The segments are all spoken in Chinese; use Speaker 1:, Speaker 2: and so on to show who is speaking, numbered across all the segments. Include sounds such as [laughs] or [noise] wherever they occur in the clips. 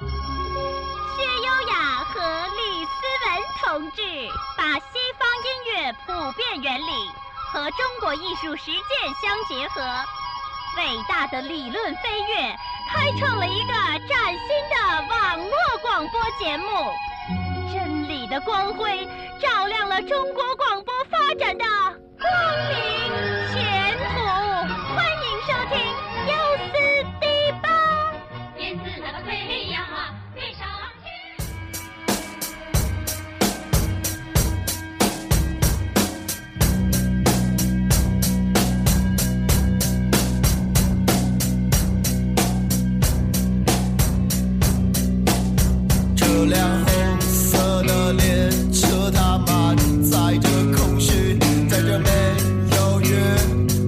Speaker 1: 薛优雅和李思文同志把西方音乐普遍原理和中国艺术实践相结合，伟大的理论飞跃，开创了一个崭新的网络广播节目。真理的光辉照亮了中国广播发展的光明前途。欢迎收听优思迪吧。
Speaker 2: 燕子那个飞呀，飞上天。
Speaker 3: 这辆红色的列车，它满载着空虚，在这没有月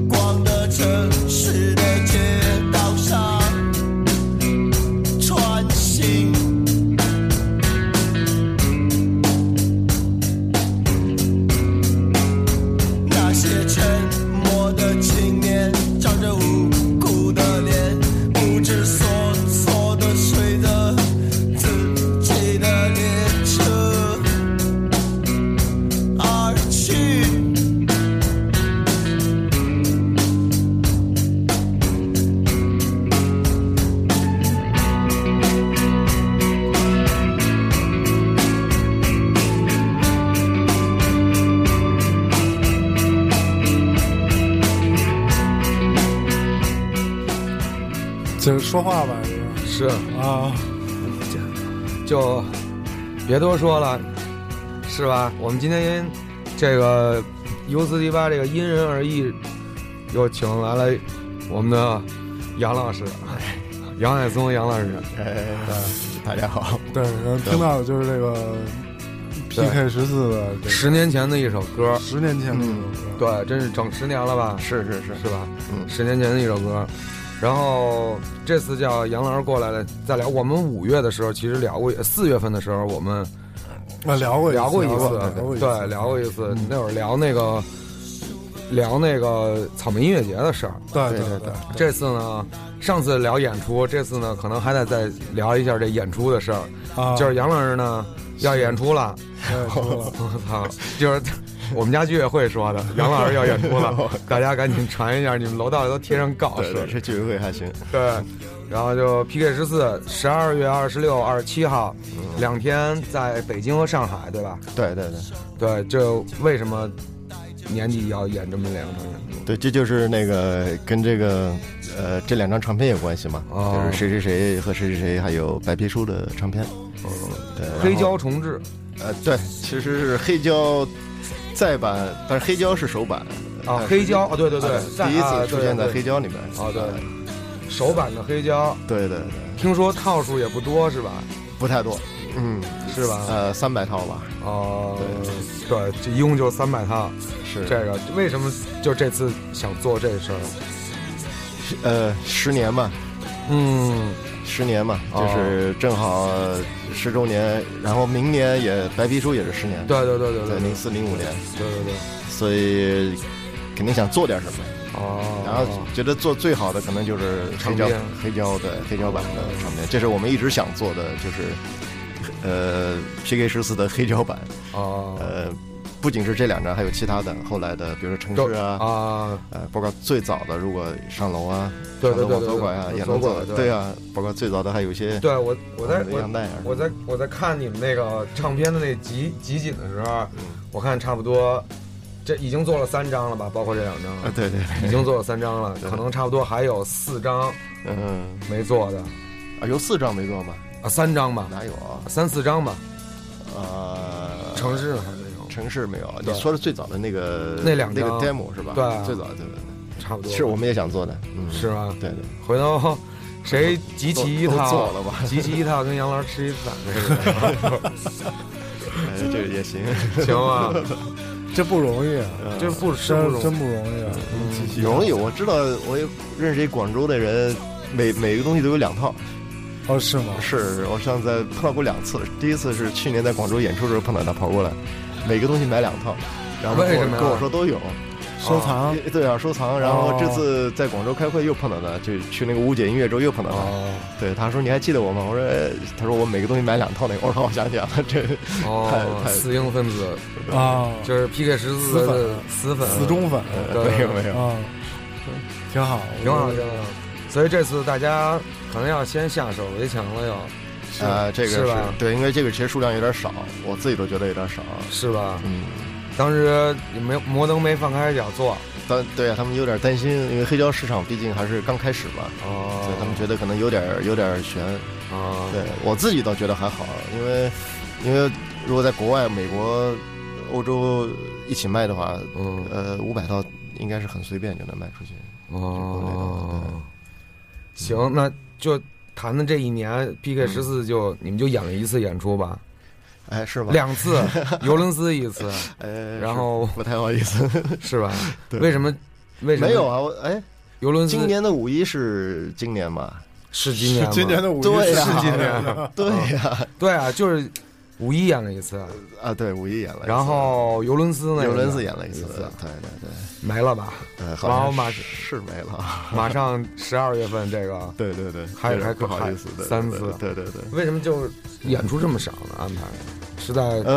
Speaker 3: 光的城市的街道上穿行。那些沉默的青年，长着无辜的脸，不知所措的睡着自己的列车而去。
Speaker 4: 就是说话吧，是吧？
Speaker 5: 是，
Speaker 4: 啊，
Speaker 5: 就别多说了，是吧？我们今天因这个优斯迪吧这个因人而异，又请来了我们的杨老师，杨海松杨老师，
Speaker 6: 哎大家好，
Speaker 4: 对，然后听到的就是这个 PK 十四的这个
Speaker 5: 十年前的一首歌，
Speaker 4: 十年前的一首
Speaker 5: 对，
Speaker 4: 歌，
Speaker 5: 真是整十年了吧？
Speaker 6: 是是是，
Speaker 5: 是吧？
Speaker 6: 嗯
Speaker 5: 十年前的一首歌。然后这次叫杨老师过来了，再聊。我们五月的时候其实聊过，呃四月份的时候我们
Speaker 4: 啊，聊过
Speaker 5: 聊过
Speaker 4: 一
Speaker 5: 一次，
Speaker 4: 聊过一次，
Speaker 5: 对，聊过一次。那会儿聊那个聊那个草莓音乐节的事儿。
Speaker 4: 对
Speaker 6: 对
Speaker 4: 对
Speaker 6: 对
Speaker 5: 这次呢，上次聊演出，这次呢可能还得再聊一下这演出的事儿。
Speaker 4: 啊，哦
Speaker 5: 就是杨老师呢要演出了，
Speaker 4: 对说
Speaker 5: [laughs]
Speaker 4: 了
Speaker 5: 我操，就是。我们家居委会说的，杨老师要演出了，大家赶紧传一下，你们楼道都贴上告示
Speaker 6: 对。对，这聚会还行，
Speaker 5: 对，然后就 PK 十四，十二月二十六、二十七号两天在北京和上海，对吧？
Speaker 6: [laughs] 对对对
Speaker 5: 对，这为什么年底要演这么两场演出？
Speaker 6: 对，这就是那个跟这个呃这两张唱片有关系嘛，
Speaker 5: 哦
Speaker 6: 就是谁谁谁和谁谁谁，还有白皮书的唱片，对，然
Speaker 5: 哦
Speaker 6: 后
Speaker 5: 黑胶重置，
Speaker 6: 呃对，其实是黑胶再版，但是黑胶是首版
Speaker 5: 啊
Speaker 6: 但是
Speaker 5: 黑胶哦对对对
Speaker 6: 呃
Speaker 5: 在
Speaker 6: 第一
Speaker 5: 啊
Speaker 6: 次出现在
Speaker 5: 对对
Speaker 6: 黑胶里面，
Speaker 5: 哦对，首版的黑胶，
Speaker 6: 对对对，
Speaker 5: 听说套数也不多是吧？
Speaker 6: 不太多，嗯，
Speaker 5: 是吧？
Speaker 6: 呃，三百套吧，
Speaker 5: 哦，对，这一共就三百套。
Speaker 6: 是
Speaker 5: 这个为什么就这次想做这事儿？
Speaker 6: 呃十年嘛，
Speaker 5: 嗯，
Speaker 6: 十年嘛，
Speaker 5: 哦
Speaker 6: 就是正好十周年，然后明年也白皮书也是十年，
Speaker 5: 对对对对
Speaker 6: 在
Speaker 5: 对对
Speaker 6: 零四零五年，
Speaker 5: 对对，
Speaker 6: 所以肯定想做点什么，
Speaker 5: 哦，
Speaker 6: 然后觉得做最好的可能就是黑
Speaker 5: 唱
Speaker 6: 胶
Speaker 5: 片
Speaker 6: 黑胶对黑胶版的唱片，这是我们一直想做的，就是呃 PK 十四的黑胶版，
Speaker 5: 哦，
Speaker 6: 呃，不仅是这两张，还有其他的后来的，比如说城市啊。
Speaker 5: 啊，
Speaker 6: 呃，包括最早的，如果上楼啊，
Speaker 5: 对对
Speaker 6: 上
Speaker 5: 对
Speaker 6: 楼往
Speaker 5: 对
Speaker 6: 左拐啊，
Speaker 5: 对
Speaker 6: 也
Speaker 5: 左
Speaker 6: 能做
Speaker 5: 拐。对
Speaker 6: 对啊，包括最早的还有一些
Speaker 5: 对我我在
Speaker 6: 的
Speaker 5: 我
Speaker 6: 样带啊什么的
Speaker 5: 我在我在看你们那个唱片的那集集锦的时候，
Speaker 6: 嗯
Speaker 5: 我看差不多，这已经做了三张了吧，包括这两
Speaker 6: 啊
Speaker 5: 张，，
Speaker 6: 对对，
Speaker 5: 已经做了三张了，
Speaker 6: 对
Speaker 5: 可能差不多还有四张
Speaker 6: 嗯，
Speaker 5: 没做的
Speaker 6: 啊，有四张没做吗？
Speaker 5: 啊，三张吧，
Speaker 6: 哪有啊？
Speaker 5: 三四张吧，
Speaker 6: 呃，
Speaker 5: 城市还没有，
Speaker 6: 城市没有。
Speaker 5: 嗯对
Speaker 6: 你说的最早的那个
Speaker 5: 那两
Speaker 6: 那
Speaker 5: 张
Speaker 6: 个 demo 是吧？
Speaker 5: 对啊
Speaker 6: 最早的对对
Speaker 5: 差不多
Speaker 6: 对，是我们也想做的，嗯，
Speaker 5: 是啊吧？
Speaker 6: 对对，
Speaker 5: 回头谁集齐一
Speaker 6: 都都
Speaker 5: 套
Speaker 6: 做了吧
Speaker 5: 集齐一套跟杨老师吃一饭，这
Speaker 6: [laughs]
Speaker 5: 个
Speaker 6: 哎这个也行。
Speaker 5: 行吗？
Speaker 6: 嗯
Speaker 4: 这不容易啊，
Speaker 5: 这不吃不
Speaker 4: 真
Speaker 5: 容
Speaker 4: 真
Speaker 5: 易，
Speaker 4: 不容易啊，
Speaker 6: [laughs] 容易，我知道，我也认识一广州的人，每每个东西都有两套。
Speaker 4: 哦，是吗？
Speaker 6: 是我上次碰到过两次，第一次是去年在广州演出的时候碰到他跑过来，每个东西买两套，然后跟
Speaker 5: 为
Speaker 6: 我
Speaker 5: 什么呀哦
Speaker 6: 跟我说都有。
Speaker 4: 收藏
Speaker 6: 啊对啊，收藏。然后这次在广州开会又碰到他，就去那个五姐音乐周又碰到他。
Speaker 5: 哦
Speaker 6: 对，他说你还记得我吗？我说，哎他说我每个东西买两套那个。我说 [laughs] 我想起来了，这
Speaker 5: 哦，
Speaker 6: 太太
Speaker 5: 死硬分子
Speaker 4: 啊，
Speaker 5: 就是 PK 十四
Speaker 6: 啊
Speaker 5: 的死粉，
Speaker 4: 死忠粉
Speaker 6: [laughs] 呃
Speaker 5: 嗯对
Speaker 6: 没有没有，
Speaker 4: 啊，挺好，
Speaker 5: 挺好挺好。所以这次大家可能要先下手为强了，要
Speaker 6: 啊，这个
Speaker 5: 是吧
Speaker 6: 对，因为这个其实数量有点少，我自己都觉得有点少。
Speaker 5: 是吧？
Speaker 6: 嗯，
Speaker 5: 当时也没摩登没放开脚做，
Speaker 6: 但对啊，他们有点担心，因为黑胶市场毕竟还是刚开始嘛，所以
Speaker 5: 哦，
Speaker 6: 他们觉得可能有点有点悬。
Speaker 5: 啊，
Speaker 6: 对我自己倒觉得还好，因为因为如果在国外、美国、欧洲一起卖的话，
Speaker 5: 嗯
Speaker 6: 呃，五百套应该是很随便就能卖出去。
Speaker 5: 哦，行，那就谈谈这一年
Speaker 6: 嗯
Speaker 5: PK 十四，就你们就演了一次演出
Speaker 6: [laughs]
Speaker 5: 吧，
Speaker 6: 哎，是吗？
Speaker 5: 两次，尤伦斯一次，
Speaker 6: 呃，
Speaker 5: 然
Speaker 6: 是
Speaker 5: 后
Speaker 6: 不太好意思，
Speaker 5: 是吧？
Speaker 6: [laughs] 对
Speaker 5: 为什么？为什么
Speaker 6: 没有啊，我哎，
Speaker 5: 尤伦斯
Speaker 6: 今年的五一是今年吧？
Speaker 5: 是今年
Speaker 4: 是
Speaker 5: 吗
Speaker 4: 今年的五一
Speaker 6: 对
Speaker 4: 是
Speaker 6: 呀
Speaker 4: 今年的，
Speaker 6: 对呀，
Speaker 5: 对啊，就是五一演了一次，
Speaker 6: 啊，对，五一演了一次，
Speaker 5: 然后尤伦斯呢？
Speaker 6: 尤伦斯演了一次
Speaker 5: 一次，
Speaker 6: 对对对，
Speaker 5: 没了吧？
Speaker 6: 呃，好
Speaker 5: 然后
Speaker 6: 像
Speaker 5: 马
Speaker 6: 是没了， [laughs]
Speaker 5: 马上十二月份这个，
Speaker 6: 对对对，
Speaker 5: 还
Speaker 6: 有点
Speaker 5: 还
Speaker 6: 不好意思，
Speaker 5: 还
Speaker 6: 对对
Speaker 5: 三次
Speaker 6: 对对对。
Speaker 5: 为什么就是演出这么少呢？安排是在哦
Speaker 6: 呃，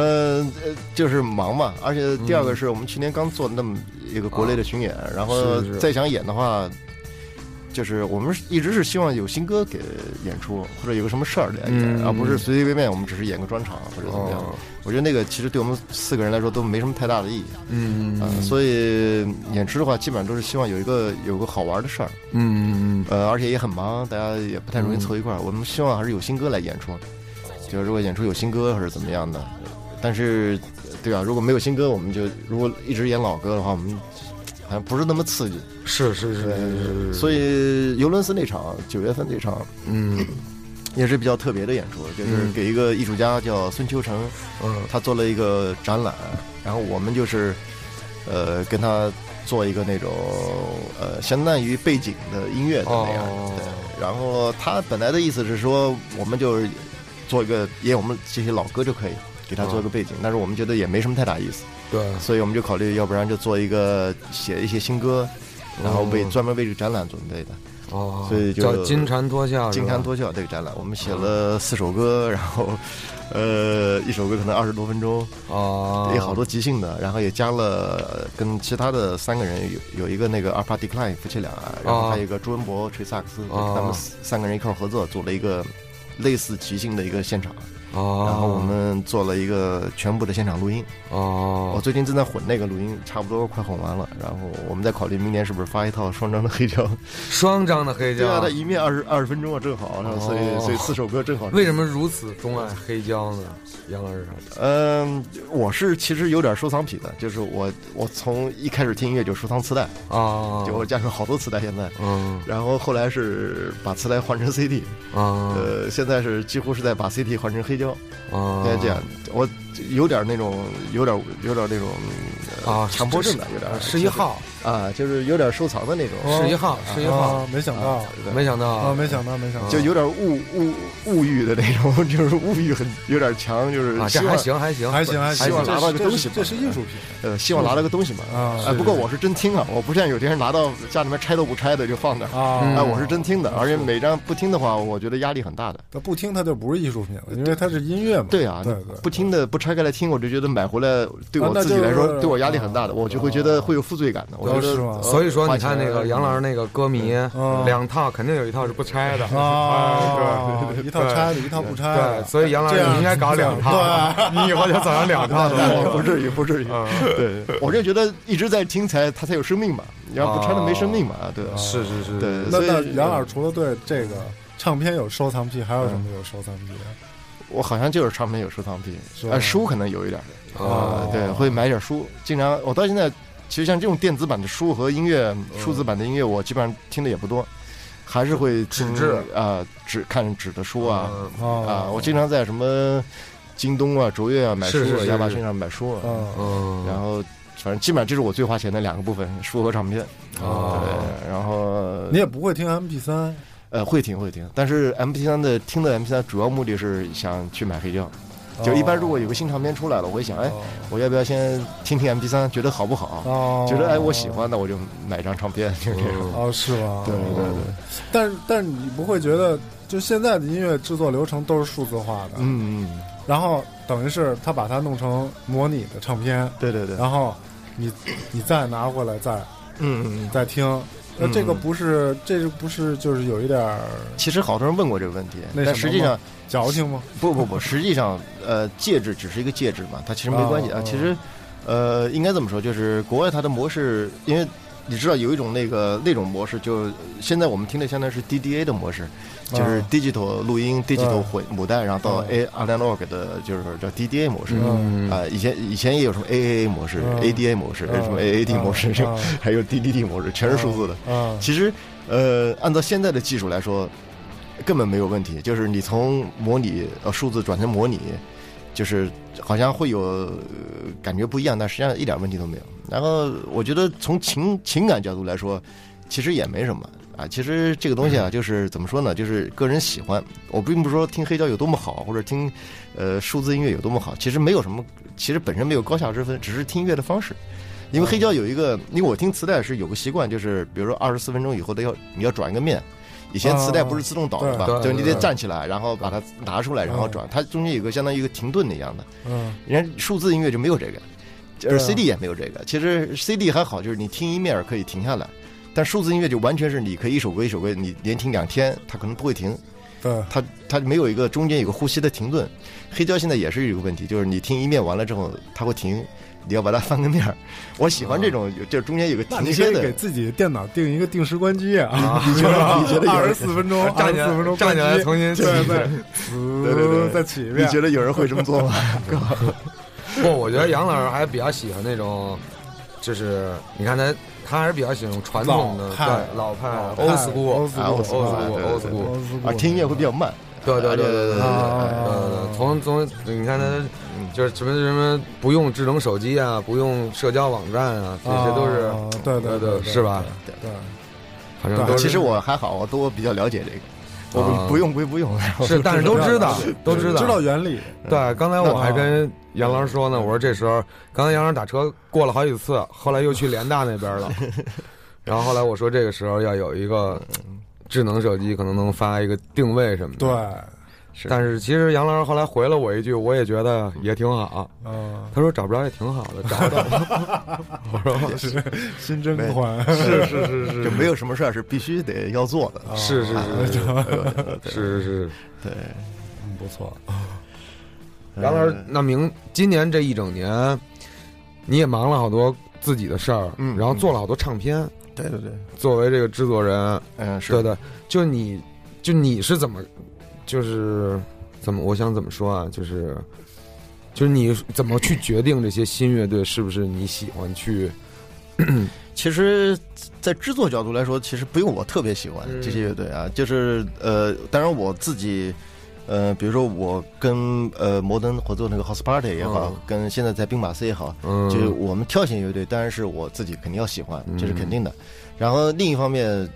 Speaker 6: 呃就是忙嘛，而且第二个是我们去年刚做那么一个国内的巡演，然后
Speaker 5: 嗯是是
Speaker 6: 再想演的话，就是我们是一直是希望有新歌给演出，或者有个什么事儿来演，
Speaker 5: 嗯
Speaker 6: 而不是随随便便我们只是演个专场或者怎么样。
Speaker 5: 哦
Speaker 6: 我觉得那个其实对我们四个人来说都没什么太大的意义
Speaker 5: 嗯
Speaker 6: 啊、所以嗯演出的话，基本上都是希望有一个有个好玩的事儿，
Speaker 5: 嗯嗯
Speaker 6: 呃，而且也很忙，大家也不太容易
Speaker 5: 嗯
Speaker 6: 凑一块儿。我们希望还是有新歌来演出，就是如果演出有新歌或者怎么样的。但是，对啊，如果没有新歌，我们就如果一直演老歌的话，我们好像不是那么刺激。呃
Speaker 5: 嗯，是是是是是，
Speaker 6: 所以尤伦斯那场九月份那场
Speaker 5: 嗯
Speaker 6: 也是比较特别的演出，就是
Speaker 5: 嗯
Speaker 6: 给一个艺术家叫孙秋成，
Speaker 5: 嗯
Speaker 6: 他做了一个展览，然后我们就是呃跟他做一个那种呃相当于背景的音乐的那样。
Speaker 5: 哦
Speaker 6: 对，然后他本来的意思是说，我们就是做一个演我们这些老歌就可以。给他
Speaker 5: 哦
Speaker 6: 做一个背景，但是我们觉得也没什么太大意思，
Speaker 5: 对，
Speaker 6: 所以我们就考虑，要不然就做一个写一些新歌，然后为、
Speaker 5: 哦
Speaker 6: 专门为这个展览准备的。
Speaker 5: 哦，
Speaker 6: 所以就
Speaker 5: 叫金蝉脱壳，
Speaker 6: 金蝉
Speaker 5: 蝉
Speaker 6: 脱壳这个展览，我们写了四首歌， [laughs] 然后，呃，一首歌可能二十多分钟，
Speaker 5: 哦，
Speaker 6: 有好多即兴的，然后也加了呃跟其他的三个人有有一个那个 Arpa Decline 夫妻俩，然后还有一个朱文博吹萨克斯，
Speaker 5: 哦
Speaker 6: 他们四三个人一块儿合作组了一个类似即兴的一个现场，
Speaker 5: 哦，
Speaker 6: 然后我们做了一个全部的现场录音。我
Speaker 5: 哦，
Speaker 6: 最近正在混那个录音，差不多快混完了，然后我们再考虑明年是不是发一套双张的黑胶。
Speaker 5: 双张的黑
Speaker 6: [laughs] 对啊，
Speaker 5: 胶
Speaker 6: 它，一面二十二十分钟啊，正好，然后所以所以四首歌正好。
Speaker 5: 哦为什么如此钟爱黑胶呢？杨老师，
Speaker 6: 嗯，我是其实有点收藏癖的，就是我我从一开始听音乐就收藏磁带，
Speaker 5: 啊，
Speaker 6: 就我家里面好多磁带现在。
Speaker 5: 嗯
Speaker 6: 然后后来是把磁带换成 CD，
Speaker 5: 啊
Speaker 6: 呃，现在是几乎是在把 CD 换成黑胶，
Speaker 5: 啊
Speaker 6: 现，在这样，我有点那种，有点有点那种呃
Speaker 5: 啊，
Speaker 6: 强迫症的，有点
Speaker 5: 是一号，
Speaker 6: 啊，就是有点收藏的那种，
Speaker 5: 是一号，是一号
Speaker 4: 啊，，没想到
Speaker 6: 哦对哦
Speaker 5: 没想到
Speaker 4: 啊，没想到，没想到，
Speaker 6: 就有点物物物欲的那种， [laughs] 就是物欲很有点强，就是
Speaker 5: 啊，这
Speaker 6: 希望
Speaker 5: 还行还行
Speaker 4: 还行还行，
Speaker 6: 希望
Speaker 4: 这
Speaker 6: 拿到
Speaker 4: 是
Speaker 6: 个东西吧
Speaker 4: 这是这是艺术品
Speaker 6: 呃，希望拿到个东西嘛。
Speaker 4: 啊
Speaker 6: 哎，不过我是真听啊，我不像有些人拿到家里面拆都不拆的就放那儿。
Speaker 4: 啊，
Speaker 5: 嗯
Speaker 6: 哎，我是真听的，而且每张不听的话，我觉得压力很大的。
Speaker 4: 他不听他就不是艺术品了，因为它是音乐嘛。
Speaker 6: 对啊，
Speaker 4: 对对，
Speaker 6: 不听的不拆开来听，我就觉得买回来对
Speaker 4: 啊
Speaker 6: 我
Speaker 4: 那
Speaker 6: 自己
Speaker 4: 就
Speaker 6: 来说
Speaker 4: 是啊
Speaker 6: 对我压力很大的，我就会觉得会有负罪感的。我觉
Speaker 4: 是吗
Speaker 6: 得，呃
Speaker 5: 所以说，你看
Speaker 6: 花钱啊
Speaker 5: 那个杨老师那个歌迷
Speaker 4: 嗯，
Speaker 5: 两套肯定有一套是不拆
Speaker 6: 啊
Speaker 5: 的
Speaker 4: 啊，
Speaker 5: 哎对
Speaker 4: 一套拆的，一套不拆
Speaker 5: 对，
Speaker 4: 的，
Speaker 5: 所以杨老师
Speaker 4: 这样
Speaker 5: 你应该搞两套，你以后就走上两套的
Speaker 6: 哎
Speaker 5: 路
Speaker 6: [laughs] 不。至
Speaker 4: 啊
Speaker 6: 于，不至于。对，我就觉得一直在听才它才有生命嘛，你要不拆了没生命嘛，对吧？
Speaker 5: 啊是是是，
Speaker 6: 对
Speaker 4: 那
Speaker 6: 所以呃
Speaker 4: 那杨老师除了对这个唱片有收藏癖，还有什么有收藏癖？
Speaker 6: 我好像就是唱片有收藏癖
Speaker 4: 是，吧
Speaker 6: 呃，书可能有一点儿，
Speaker 5: 哦
Speaker 6: 呃，对，会买点书。经常我到现在，其实像这种电子版的书和音乐、数字版的音乐，我基本上听的也不多，还是会听
Speaker 5: 纸质
Speaker 6: 啊，纸看纸的书啊
Speaker 5: 嗯
Speaker 6: 啊，
Speaker 4: 啊
Speaker 6: 我经常在什么京东啊、卓越啊买书
Speaker 5: 是是
Speaker 6: 啊，
Speaker 5: 是
Speaker 6: 亚马逊上买书啊，
Speaker 4: 嗯
Speaker 5: 嗯，
Speaker 6: 然后反正基本上这是我最花钱的两个部分，书和唱片。
Speaker 5: 哦
Speaker 6: 对，然后
Speaker 4: 你也不会听 MP 三
Speaker 6: 呃会听会听，但是 M P 三的听的 M P 三主要目的是想去买黑胶。就一般
Speaker 4: 哦
Speaker 6: 如果有个新唱片出来了，我会想，哎，我要不要先听听 MP 三，觉得好不好？
Speaker 4: 哦，
Speaker 6: 觉得哎我喜欢，那我就买张唱片，就是这种。
Speaker 4: 哦，是吗？
Speaker 6: 对对对对，
Speaker 4: 但是但是你不会觉得，就现在的音乐制作流程都是数字化的，
Speaker 6: 嗯嗯，
Speaker 4: 然后等于是他把它弄成模拟的唱片，
Speaker 6: 对对对，
Speaker 4: 然后你你再拿过来再
Speaker 6: 嗯嗯嗯。
Speaker 4: 再听，那
Speaker 6: 嗯
Speaker 4: 这个不是这个不是就是有一点儿
Speaker 6: 其实好多人问过这个问题，
Speaker 4: 那
Speaker 6: 但
Speaker 4: 什
Speaker 6: 实
Speaker 4: 么
Speaker 6: 际
Speaker 4: 吗
Speaker 6: 上
Speaker 4: 矫情吗？
Speaker 6: 不不不，实际上，呃，介质只是一个介质嘛，它其实没关系
Speaker 4: 哦
Speaker 6: 啊。
Speaker 4: 哦
Speaker 6: 其实，呃，应该这么说，就是国外它的模式，因为你知道有一种那个那种模式，就现在我们听的相当于是 DDA 的模式，就是
Speaker 4: 啊
Speaker 6: digital 录音、digital 混母带，然后到
Speaker 4: 哦
Speaker 6: A analog 的，就是叫 DDA 模式。
Speaker 4: 嗯
Speaker 6: 啊，以前以前也有什么 AAA 模式、
Speaker 4: 嗯
Speaker 6: ADA 模式、
Speaker 4: 嗯
Speaker 6: 什么 AAD 模式，
Speaker 4: 嗯
Speaker 6: 还有 DDD 模式，全是数字的。
Speaker 4: 啊，
Speaker 6: 其实，呃，按照现在的技术来说，根本没有问题。就是你从模拟呃数字转成模拟，就是好像会有、呃感觉不一样，但实际上一点问题都没有。然后我觉得从情情感角度来说，其实也没什么啊。其实这个东西啊，就是怎么说呢，就是个人喜欢。我并不是说听黑胶有多么好，或者听呃数字音乐有多么好，其实没有什么，其实本身没有高下之分，只是听音乐的方式。因为黑胶有一个，因为我听磁带是有个习惯，就是比如说二十四分钟以后得要你要转一个面。以前磁带不是自动导的吧
Speaker 5: 啊？对
Speaker 6: 就是你得
Speaker 5: 对对
Speaker 6: 站起来，然后把它拿出来，然后转。它中间有个相当于一个停顿的一样的。
Speaker 4: 嗯
Speaker 6: 人家数字音乐就没有这个，
Speaker 4: 对
Speaker 6: 而
Speaker 4: 啊
Speaker 6: CD 也没有这个。其实 CD 还好，就是你听一面儿可以停下来，但数字音乐就完全是你可以一首歌一首歌，你连听两天，它可能不会停，
Speaker 4: 对，
Speaker 6: 它它没有一个中间有个呼吸的停顿。黑胶现在也是有个问题，就是你听一面完了之后，它会停。你要把它翻个面儿，我喜欢这种，有就是中间有个
Speaker 4: 那
Speaker 6: 停
Speaker 4: 你
Speaker 6: 歇
Speaker 4: 可以
Speaker 6: 的。
Speaker 4: 给自己电脑定一个定时关机啊
Speaker 5: 啊，
Speaker 4: 你觉
Speaker 5: [laughs]
Speaker 4: 得你觉得二十四分钟，
Speaker 5: 哎站
Speaker 4: 二
Speaker 5: 起
Speaker 4: 十
Speaker 5: 来
Speaker 4: 四分钟
Speaker 5: 站起来
Speaker 4: 关机
Speaker 5: 重新起
Speaker 4: 对
Speaker 5: 一
Speaker 4: 对
Speaker 5: 遍，
Speaker 6: 对对对
Speaker 4: 呲再起一
Speaker 6: 你
Speaker 4: 遍，
Speaker 6: 觉得有人会这么做吗？
Speaker 5: 不，我觉得杨老师还比较喜欢那种，就是你看他，他还是比较喜欢传统的
Speaker 4: 老派
Speaker 5: 对老派
Speaker 4: 老派
Speaker 5: old school
Speaker 4: old
Speaker 6: 啊
Speaker 4: school，
Speaker 6: old
Speaker 5: school，
Speaker 6: school，
Speaker 5: old
Speaker 6: 对对
Speaker 5: school
Speaker 6: 对
Speaker 4: 哦是
Speaker 6: 啊，听音乐会比较慢。
Speaker 5: 对对对对对对对
Speaker 4: 啊
Speaker 5: 对，呃从从你看他嗯就是什么什么不用智能手机啊，不用社交网站啊，这些都是
Speaker 4: 啊对
Speaker 5: 对
Speaker 4: 对，
Speaker 5: 是？吧？
Speaker 4: 对，
Speaker 5: 反正
Speaker 4: 对
Speaker 5: 都是
Speaker 6: 其实我还好，我都我比较了解这个，我
Speaker 5: 啊
Speaker 6: 不不用归不用，然后 [laughs]
Speaker 5: 是，但是都知道，都知道，
Speaker 4: 知道原理，
Speaker 5: 对，刚才
Speaker 4: 那
Speaker 5: 我还跟杨老师说呢，我说这时候，刚才杨老师打车过了好几次，后来又去联大那边了，然后后来我说这个时候要有一个智能手机，可能能发一个定位什么的。
Speaker 4: 对，
Speaker 5: 但是其实杨老师后来回了我一句，我也觉得也挺好。
Speaker 4: 嗯，
Speaker 5: 他说找不着也挺好
Speaker 6: [laughs]
Speaker 5: 的，找到了。我说
Speaker 4: 是新甄 [laughs] 嬛，
Speaker 6: 是是是是，就没有什么事儿是必须得要做的。
Speaker 5: 是是
Speaker 6: 啊
Speaker 5: 是是是是是，
Speaker 6: 对，
Speaker 4: 嗯不错，
Speaker 6: 嗯
Speaker 5: 杨老师，那明今年这一整年，你也忙了好多自己的事儿，
Speaker 6: 嗯
Speaker 5: 然后做了好多唱片。
Speaker 6: 对对对，
Speaker 5: 作为这个制作人，
Speaker 6: 嗯是
Speaker 5: 对对，就你就你是怎么，就是怎么，我想怎么说啊，就是就是你怎么去决定这些新乐队是不是你喜欢去？
Speaker 6: 其实，在制作角度来说，其实不用我特别喜欢
Speaker 5: 嗯
Speaker 6: 这些乐队啊，就是呃，当然我自己。呃，比如说我跟呃摩登合作那个 House Party 也好，
Speaker 5: 嗯
Speaker 6: 跟现在在兵马司也好，
Speaker 5: 嗯，
Speaker 6: 就是我们挑选乐队，当然是我自己肯定要喜欢，这是肯定的。然后另一方面，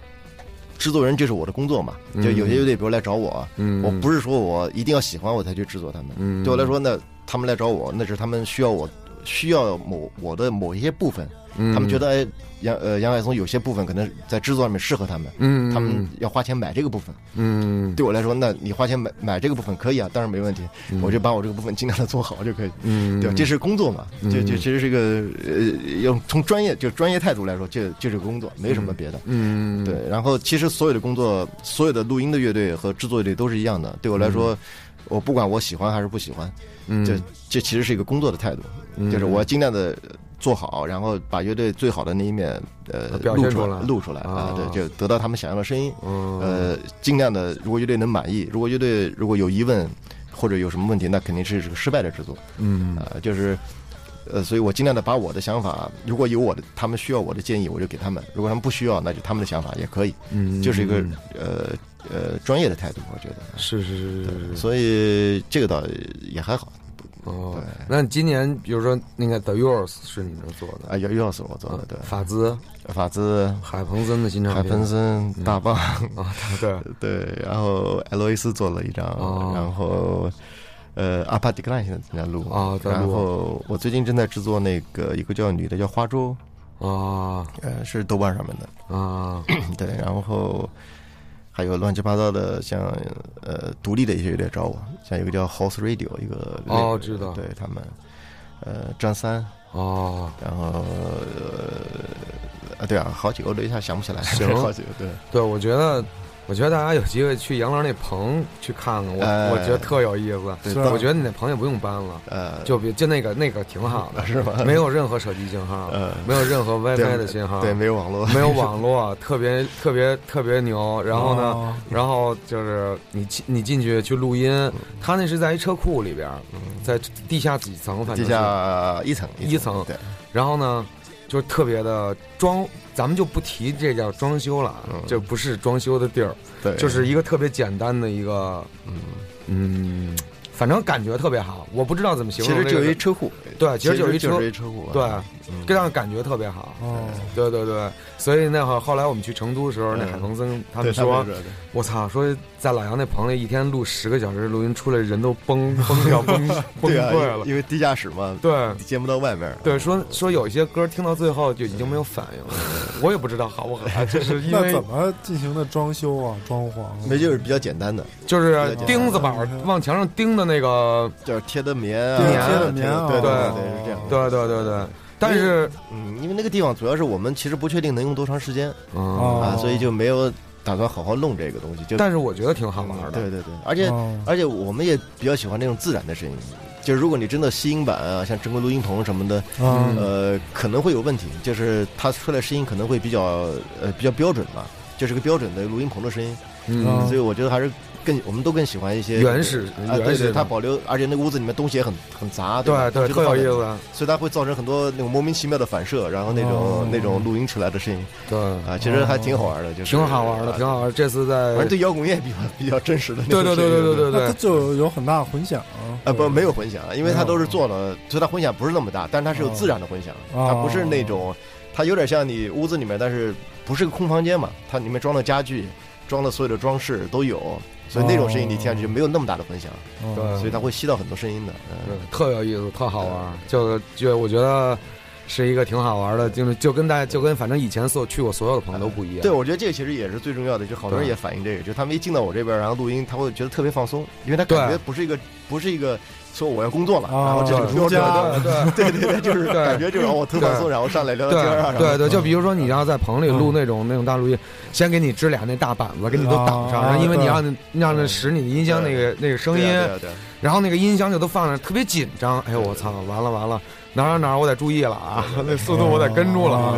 Speaker 6: 制作人这是我的工作嘛，就有些乐队比如来找我啊，
Speaker 5: 嗯，
Speaker 6: 我不是说我一定要喜欢我才去制作他们，
Speaker 5: 嗯
Speaker 6: 对我来说呢，他们来找我，那是他们需要我需要某我的某一些部分，
Speaker 5: 嗯，
Speaker 6: 他们觉得哎杨呃杨海松有些部分可能在制作上面适合他们，
Speaker 5: 嗯，
Speaker 6: 他们要花钱买这个部分。
Speaker 5: 嗯
Speaker 6: 对我来说，那你花钱买买这个部分可以啊，当然没问题，我就把我这个部分尽量的做好就可以。
Speaker 5: 嗯，
Speaker 6: 对吧，这是工作嘛，这这其实是一个呃，用从专业就专业态度来说，这这是个工作，没什么别的。
Speaker 5: 嗯
Speaker 6: 对，然后其实所有的工作，所有的录音的乐队和制作乐队都是一样的。对我来说，我不管我喜欢还是不喜欢，
Speaker 5: 嗯
Speaker 6: 这这其实是一个工作的态度，就是我要尽量的做好，然后把乐队最好的那一面呃
Speaker 5: 表
Speaker 6: 录
Speaker 5: 现
Speaker 6: 出
Speaker 5: 出
Speaker 6: 来，
Speaker 5: 来
Speaker 6: 录出来啊
Speaker 5: 啊，
Speaker 6: 对，就得到他们想要的声音。
Speaker 5: 嗯
Speaker 6: 呃，尽量的，如果乐队能满意，如果乐队如果有疑问或者有什么问题，那肯定是是个失败的制作。
Speaker 5: 嗯
Speaker 6: 啊、就是，呃，所以我尽量的把我的想法，如果有我的，他们需要我的建议，我就给他们；如果他们不需要，那就他们的想法也可以，
Speaker 5: 嗯，
Speaker 6: 就是一个呃呃专业的态度，我觉得。
Speaker 5: 是是是是是
Speaker 6: 所以这个倒也还好
Speaker 5: 哦。那今年比如说那个 The Yours 是你们做的
Speaker 6: 啊，要要死我做的，对，
Speaker 5: 法兹
Speaker 6: 法兹、
Speaker 5: 海鹏森的新唱
Speaker 6: 海
Speaker 5: 片，
Speaker 6: 芬森、
Speaker 5: 嗯
Speaker 6: 大棒，
Speaker 5: 啊，对，
Speaker 6: 对，然后艾洛伊斯做了一张，
Speaker 5: 哦
Speaker 6: 然后呃 a p a d i c l i n 现在正在录
Speaker 5: 啊在录啊
Speaker 6: 然后我最近正在制作那个一个叫女的叫花粥，
Speaker 5: 啊
Speaker 6: 呃，是豆瓣上面的，
Speaker 5: 啊
Speaker 6: 对，然后还有乱七八糟的，像呃独立的一些乐队找我，像有一个叫 House Radio 一个
Speaker 5: 哦
Speaker 6: label，
Speaker 5: 知道
Speaker 6: 对他们，呃张三，
Speaker 5: 哦，
Speaker 6: 然后呃啊对啊，好几个我都一下想不起来，
Speaker 5: 行
Speaker 6: [laughs] 好几个对，
Speaker 5: 对，我觉得，我觉得大家有机会去杨老师那棚去看看，我、
Speaker 6: 哎
Speaker 5: 我觉得特有意思。
Speaker 6: 对
Speaker 4: 是啊
Speaker 5: 我觉得你那棚也不用搬了，
Speaker 6: 呃
Speaker 5: 就比就那个那个挺好的，
Speaker 6: 是吗？
Speaker 5: 没有任何手机信号，
Speaker 6: 呃
Speaker 5: 没有任何 WiFi
Speaker 6: 对
Speaker 5: 的信号，
Speaker 6: 对，没有 [laughs] 网络，
Speaker 5: 没有网络，特别特别特别牛。然后呢，
Speaker 4: 哦
Speaker 5: 然后就是你进你进去去录音，
Speaker 6: 嗯
Speaker 5: 他那是在一车库里边儿，嗯在地下几层，反正
Speaker 6: 地
Speaker 5: 是
Speaker 6: 下一层
Speaker 5: 一层
Speaker 6: 对，
Speaker 5: 然后呢，就特别的装，咱们就不提这叫装修了啊，
Speaker 6: 嗯
Speaker 5: 就不是装修的地儿，
Speaker 6: 对，
Speaker 5: 就是一个特别简单的一个，
Speaker 6: 嗯，
Speaker 5: 嗯，反正感觉特别好，我不知道怎么形
Speaker 6: 其
Speaker 5: 容
Speaker 6: 实
Speaker 5: 这个。
Speaker 6: 就一车库，
Speaker 5: 对其
Speaker 6: 其
Speaker 5: 实就
Speaker 6: 就
Speaker 5: 一车
Speaker 6: 是一车库啊，
Speaker 5: 对
Speaker 6: 嗯，
Speaker 5: 这样感觉特别好。
Speaker 4: 哦，
Speaker 5: 对对对，所以那会儿后来我们去成都的时候，那
Speaker 6: 嗯
Speaker 5: 海鹏森他
Speaker 6: 对
Speaker 5: 们说，
Speaker 6: 对
Speaker 5: 我操，说在老杨那棚里一天录十个小时录音，出来人都崩崩掉崩崩
Speaker 6: 对
Speaker 5: 溃
Speaker 6: 啊，
Speaker 5: 了
Speaker 6: 因。因为地下室嘛，
Speaker 5: 对
Speaker 6: 见不到外面，
Speaker 5: 对，说说有一些歌听到最后就已经没有反应了，我也不知道好不好，就是因
Speaker 4: 那
Speaker 5: 为
Speaker 4: 怎么进行的装修啊？装潢啊
Speaker 6: 那就是比较简单的，
Speaker 5: 就是钉子板儿往墙上钉的那个，
Speaker 6: 就是贴的棉啊，
Speaker 4: 对
Speaker 5: 贴
Speaker 4: 的棉啊
Speaker 6: 对
Speaker 5: 对
Speaker 6: 对，是这样。
Speaker 5: 对对对对，但是
Speaker 6: 嗯，因为那个地方主要是我们其实不确定能用多长时间
Speaker 5: 嗯，
Speaker 4: 哦
Speaker 6: 啊，所以就没有打算好好弄这个东西，就
Speaker 5: 但是我觉得挺好玩的。
Speaker 6: 对对对，
Speaker 5: 嗯
Speaker 6: 而且
Speaker 4: 哦
Speaker 6: 而且我们也比较喜欢那种自然的声音。就是如果你真的吸音板啊，像正规录音棚什么的，
Speaker 4: 嗯
Speaker 6: 呃，可能会有问题，就是它出来声音可能会比较呃比较标准吧，就是个标准的录音棚的声音，
Speaker 5: 嗯，
Speaker 6: 所以我觉得还是更我们都更喜欢一些
Speaker 5: 原始
Speaker 6: 啊，
Speaker 5: 原
Speaker 6: 对
Speaker 5: 始
Speaker 6: 对，
Speaker 5: 的
Speaker 6: 它保留，而且那个屋子里面东西也很很杂，
Speaker 5: 对啊
Speaker 6: 吧
Speaker 5: 对，
Speaker 6: 就
Speaker 5: 特有
Speaker 6: 放在
Speaker 5: 意思。
Speaker 6: 所以它会造成很多那种莫名其妙的反射，然后那种、
Speaker 4: 哦
Speaker 6: 那种录音出来的声音
Speaker 5: 对，
Speaker 6: 啊，其实还挺好玩的，就是
Speaker 5: 哦
Speaker 6: 啊
Speaker 5: 挺好玩的，挺好玩的。这次在
Speaker 6: 反正对摇滚乐比较比较真实的那
Speaker 5: 对对
Speaker 6: 种声音。
Speaker 5: 对对对对
Speaker 4: 那它
Speaker 5: 对，
Speaker 4: 就有很大的混响啊
Speaker 6: 啊不没有混响，因为它都
Speaker 5: 啊
Speaker 6: 是做了，所以它混响不是那么大，但是它是有自然的混响，
Speaker 4: 哦
Speaker 6: 它不是那种，它有点像你屋子里面，但是不是个空房间嘛，它里面装了家具，装了所有的装饰都有，所以那种声音你听上去就没有那么大的混响，
Speaker 4: 嗯
Speaker 5: 对
Speaker 6: 所以它会吸到很多声音的。嗯
Speaker 5: 对，特有意思，特好玩儿，就就我觉得是一个挺好玩的，就是就跟大家就跟反正以前所去过所有的朋友都不一样。
Speaker 6: 对，我觉得这个其实也是最重要的，就好多人
Speaker 5: 对
Speaker 6: 也反映这个，就他们一进到我这边，然后录音，他会觉得特别放松，因为他感
Speaker 5: 对
Speaker 6: 觉不是一个不是一个说我要工作了，
Speaker 4: 哦
Speaker 6: 然后这是个
Speaker 4: 对
Speaker 6: 标准的，
Speaker 5: 对对
Speaker 6: [laughs] 对对对，就是
Speaker 5: 对
Speaker 6: 感觉就是哦我特放松，
Speaker 5: 对
Speaker 6: 然后上来聊聊天啊，
Speaker 5: 对
Speaker 6: 然后
Speaker 5: 对对，就比如说你要在棚里录那种那种大录音，先给你支俩那大板子，给你都挡上，
Speaker 4: 啊
Speaker 5: 然后因为你
Speaker 4: 对
Speaker 5: 让让那使你的音箱那个那个声音
Speaker 6: 对，啊对啊
Speaker 5: 然后那个音箱就都放着，特别紧张。哎呦我操，完了完了，哪儿哪儿哪儿我得注意了啊，那速度我得跟住了啊。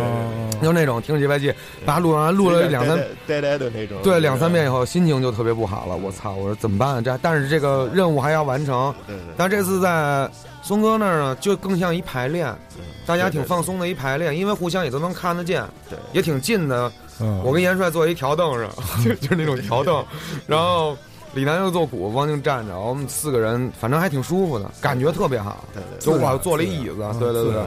Speaker 5: 就那种听着节拍器，把它录完，
Speaker 6: 对
Speaker 5: 录了两三
Speaker 6: 呆呆呆呆的那种，
Speaker 5: 对，两三遍以后心情就特别不好了。我操！我说怎么办、啊？这但是这个任务还要完成。
Speaker 6: 对，对对，
Speaker 5: 但这次在松哥那儿呢，就更像一排练，大家挺放松的一排练，因为互相也都能看得见，
Speaker 6: 对，
Speaker 5: 也挺近的。
Speaker 4: 嗯
Speaker 5: 我跟严帅坐一条凳上，
Speaker 4: [laughs]
Speaker 5: 就就是那种条凳，然后李楠又坐鼓，汪静站着，我们四个人反正还挺舒服的，感觉特别好。
Speaker 6: 对对对
Speaker 5: 就我坐了一椅子，对对
Speaker 4: 嗯
Speaker 5: 对，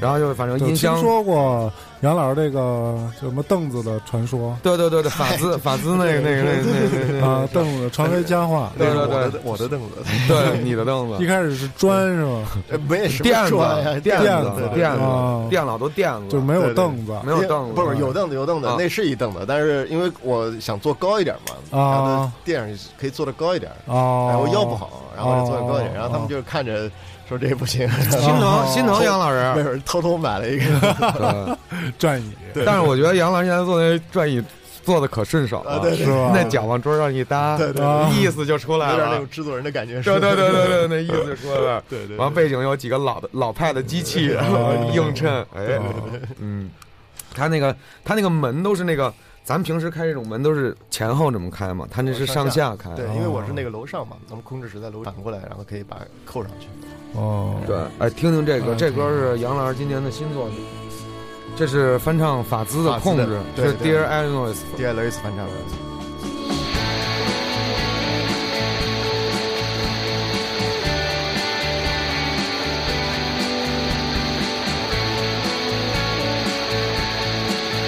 Speaker 5: 然后就反正
Speaker 4: 就
Speaker 5: 音
Speaker 4: 听
Speaker 5: 箱。
Speaker 4: 说过杨老师这个什么凳子的传说
Speaker 5: 对对对对，法兹法兹那个那个那个那个那
Speaker 4: [laughs]
Speaker 5: 个
Speaker 4: 啊，凳子传为佳话。
Speaker 5: 对
Speaker 6: 那是
Speaker 5: 对
Speaker 6: 我
Speaker 5: 对
Speaker 6: 的我的 [laughs] 凳子，
Speaker 5: 对你的凳子
Speaker 4: 一，开始是砖是吧？
Speaker 6: 呃没什么
Speaker 5: 垫子
Speaker 6: 砖呀，，
Speaker 5: 垫
Speaker 6: 子
Speaker 4: 子
Speaker 5: 子，
Speaker 4: 对
Speaker 5: 垫
Speaker 4: 哦
Speaker 5: 子，垫老都垫子，
Speaker 4: 就没有凳子
Speaker 5: 没有凳子，
Speaker 6: 不是有凳子有凳子
Speaker 5: 啊，
Speaker 6: 那是一凳子，但是因为我想坐高一点嘛，然后
Speaker 4: 啊
Speaker 6: 垫上去可以坐得高一点，
Speaker 4: 哦
Speaker 6: 哎，，我腰不好，然后就坐得高一点，
Speaker 4: 哦
Speaker 6: 然后他们就看着说这不行，
Speaker 5: 心
Speaker 6: 然后
Speaker 5: 疼心疼杨老
Speaker 6: 没
Speaker 5: 师，
Speaker 6: 准偷偷买
Speaker 5: [laughs]
Speaker 6: 了一个，
Speaker 5: 对
Speaker 4: 转椅
Speaker 5: 但是我觉得杨老师现在坐那转椅坐的可顺手
Speaker 6: 啊
Speaker 5: 了
Speaker 6: 对，
Speaker 4: 是吧？
Speaker 5: 那脚往桌上一搭，
Speaker 6: 对对
Speaker 4: 对
Speaker 5: 意思就出来
Speaker 6: 有点那
Speaker 5: 了
Speaker 6: 种。制作人的感觉，是
Speaker 5: 对
Speaker 6: 吧
Speaker 5: 对对对对，那意思就出来了。
Speaker 6: 对对，
Speaker 5: 完，背景有几个老的老派的机器， [laughs] 然后映衬。哎，嗯，他那个他那个门都是那个，咱们平时开这种门都是前后这么开嘛，他那是上下开。
Speaker 6: 对，因为我是
Speaker 5: 哦
Speaker 6: 那个楼上嘛，咱们控制室在楼上反过来，然后可以把它扣上去。
Speaker 4: 哦，
Speaker 5: 对，哎，听听这歌，这歌是杨老师今年的新作品，这是翻唱法兹的《控制
Speaker 6: 法兹》，的
Speaker 5: 是
Speaker 6: 对对
Speaker 5: Dear Illinois。
Speaker 6: 第二轮次翻唱的，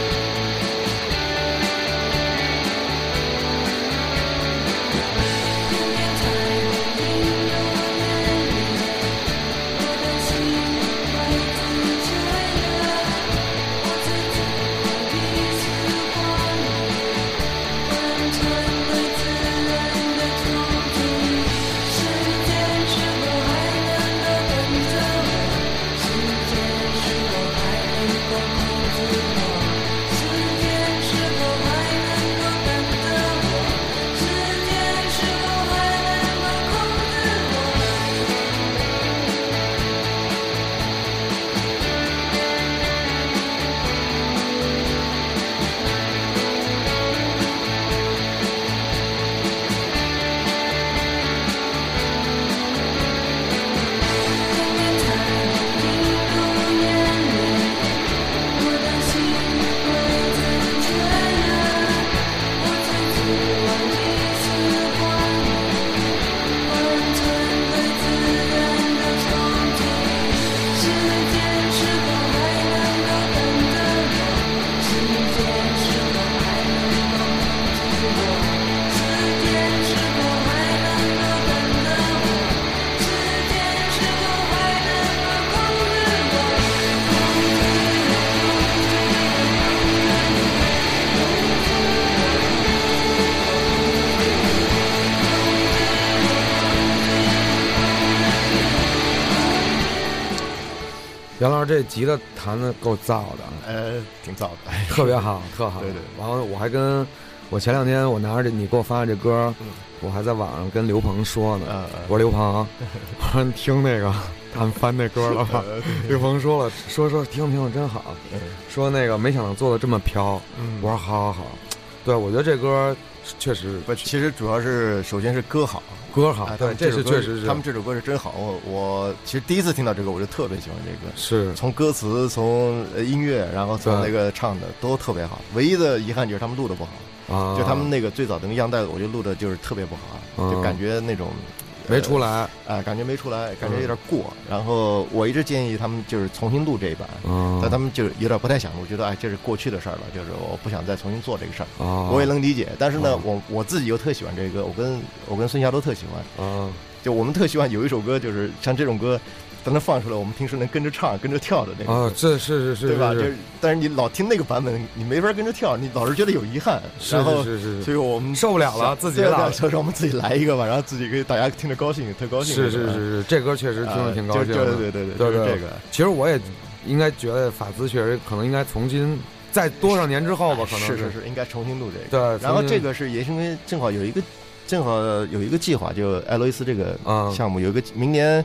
Speaker 2: Time in your
Speaker 5: 袁老师这吉他弹的够燥的，
Speaker 6: [laughs] 呃，挺早的，
Speaker 5: 特别好，特好。
Speaker 6: 对对
Speaker 5: 然后我还跟我前两天我拿着这你给我发的这歌，
Speaker 6: 嗯
Speaker 5: 我还在网上跟刘鹏说呢。
Speaker 6: 呃，
Speaker 5: 我说刘
Speaker 6: [laughs]
Speaker 5: 鹏，我说你听那个他们翻那歌了吗？
Speaker 6: 呃
Speaker 5: 刘鹏说了，说说听听真好，
Speaker 6: 嗯
Speaker 5: 说那个没想到做的这么飘。
Speaker 6: 嗯
Speaker 5: 我说好好好，对我觉得这歌确实
Speaker 6: 不，其实主要是首先是歌好，
Speaker 5: 歌好，
Speaker 6: 啊他
Speaker 5: 对，
Speaker 6: 们
Speaker 5: 这
Speaker 6: 首
Speaker 5: 是
Speaker 6: 歌
Speaker 5: 确实是
Speaker 6: 他们这首歌是真好。我我其实第一次听到这个，我就特别喜欢这个，
Speaker 5: 是
Speaker 6: 从歌词、从呃音乐，然后从
Speaker 5: 对
Speaker 6: 那个唱的都特别好。唯一的遗憾就是他们录的不好，
Speaker 5: 嗯啊，
Speaker 6: 就他们那个最早的那个样带，我就录的就是特别不好，
Speaker 5: 嗯
Speaker 6: 就感觉那种
Speaker 5: 没出
Speaker 6: 来，
Speaker 5: 来，嗯
Speaker 6: 哎、感觉没出来，感觉有点过。然后我一直建议他们就是重新录这一版。
Speaker 5: 嗯，
Speaker 6: 但他们就有点不太想录，觉得哎，这是过去的事儿了，就是我不想再重新做这个事儿。
Speaker 5: 啊，
Speaker 6: 我也能理解，但是呢
Speaker 5: 哦，
Speaker 6: 我我自己又特喜欢这个歌，我跟我跟孙霞都特喜欢。
Speaker 5: 啊，
Speaker 6: 就我们特喜欢有一首歌，就是像这种歌，当它放出来，我们平时能跟着唱、跟着跳的那种，
Speaker 5: 啊，这是是是
Speaker 6: 对吧？
Speaker 5: 是
Speaker 6: 就是但是你老听那个版本，你没法跟着跳，你老是觉得有遗憾。
Speaker 5: 是
Speaker 6: 然后，
Speaker 5: 是是
Speaker 6: 所
Speaker 5: 是
Speaker 6: 以我们
Speaker 5: 受不了了
Speaker 6: 想
Speaker 5: 自己
Speaker 6: 对
Speaker 5: 来
Speaker 6: 对就让我们自己来一个吧，然后自己给大家听着高兴，特高兴。
Speaker 5: 是是
Speaker 6: 对吧
Speaker 5: 是，是，这歌确实听着
Speaker 6: 啊
Speaker 5: 挺
Speaker 6: 就
Speaker 5: 高兴的。
Speaker 6: 就对对对
Speaker 5: 对
Speaker 6: 就是
Speaker 5: 对
Speaker 6: 这个。
Speaker 5: 其实我也应该觉得法兹确实可能应该重新在多少年之后吧，可能
Speaker 6: 是是是，应该重新录这个。
Speaker 5: 对。
Speaker 6: 然后
Speaker 5: 重新
Speaker 6: 这个是也是因为正好有一个，正好有一个计划，就爱洛伊斯这个
Speaker 5: 啊
Speaker 6: 项目有一个明年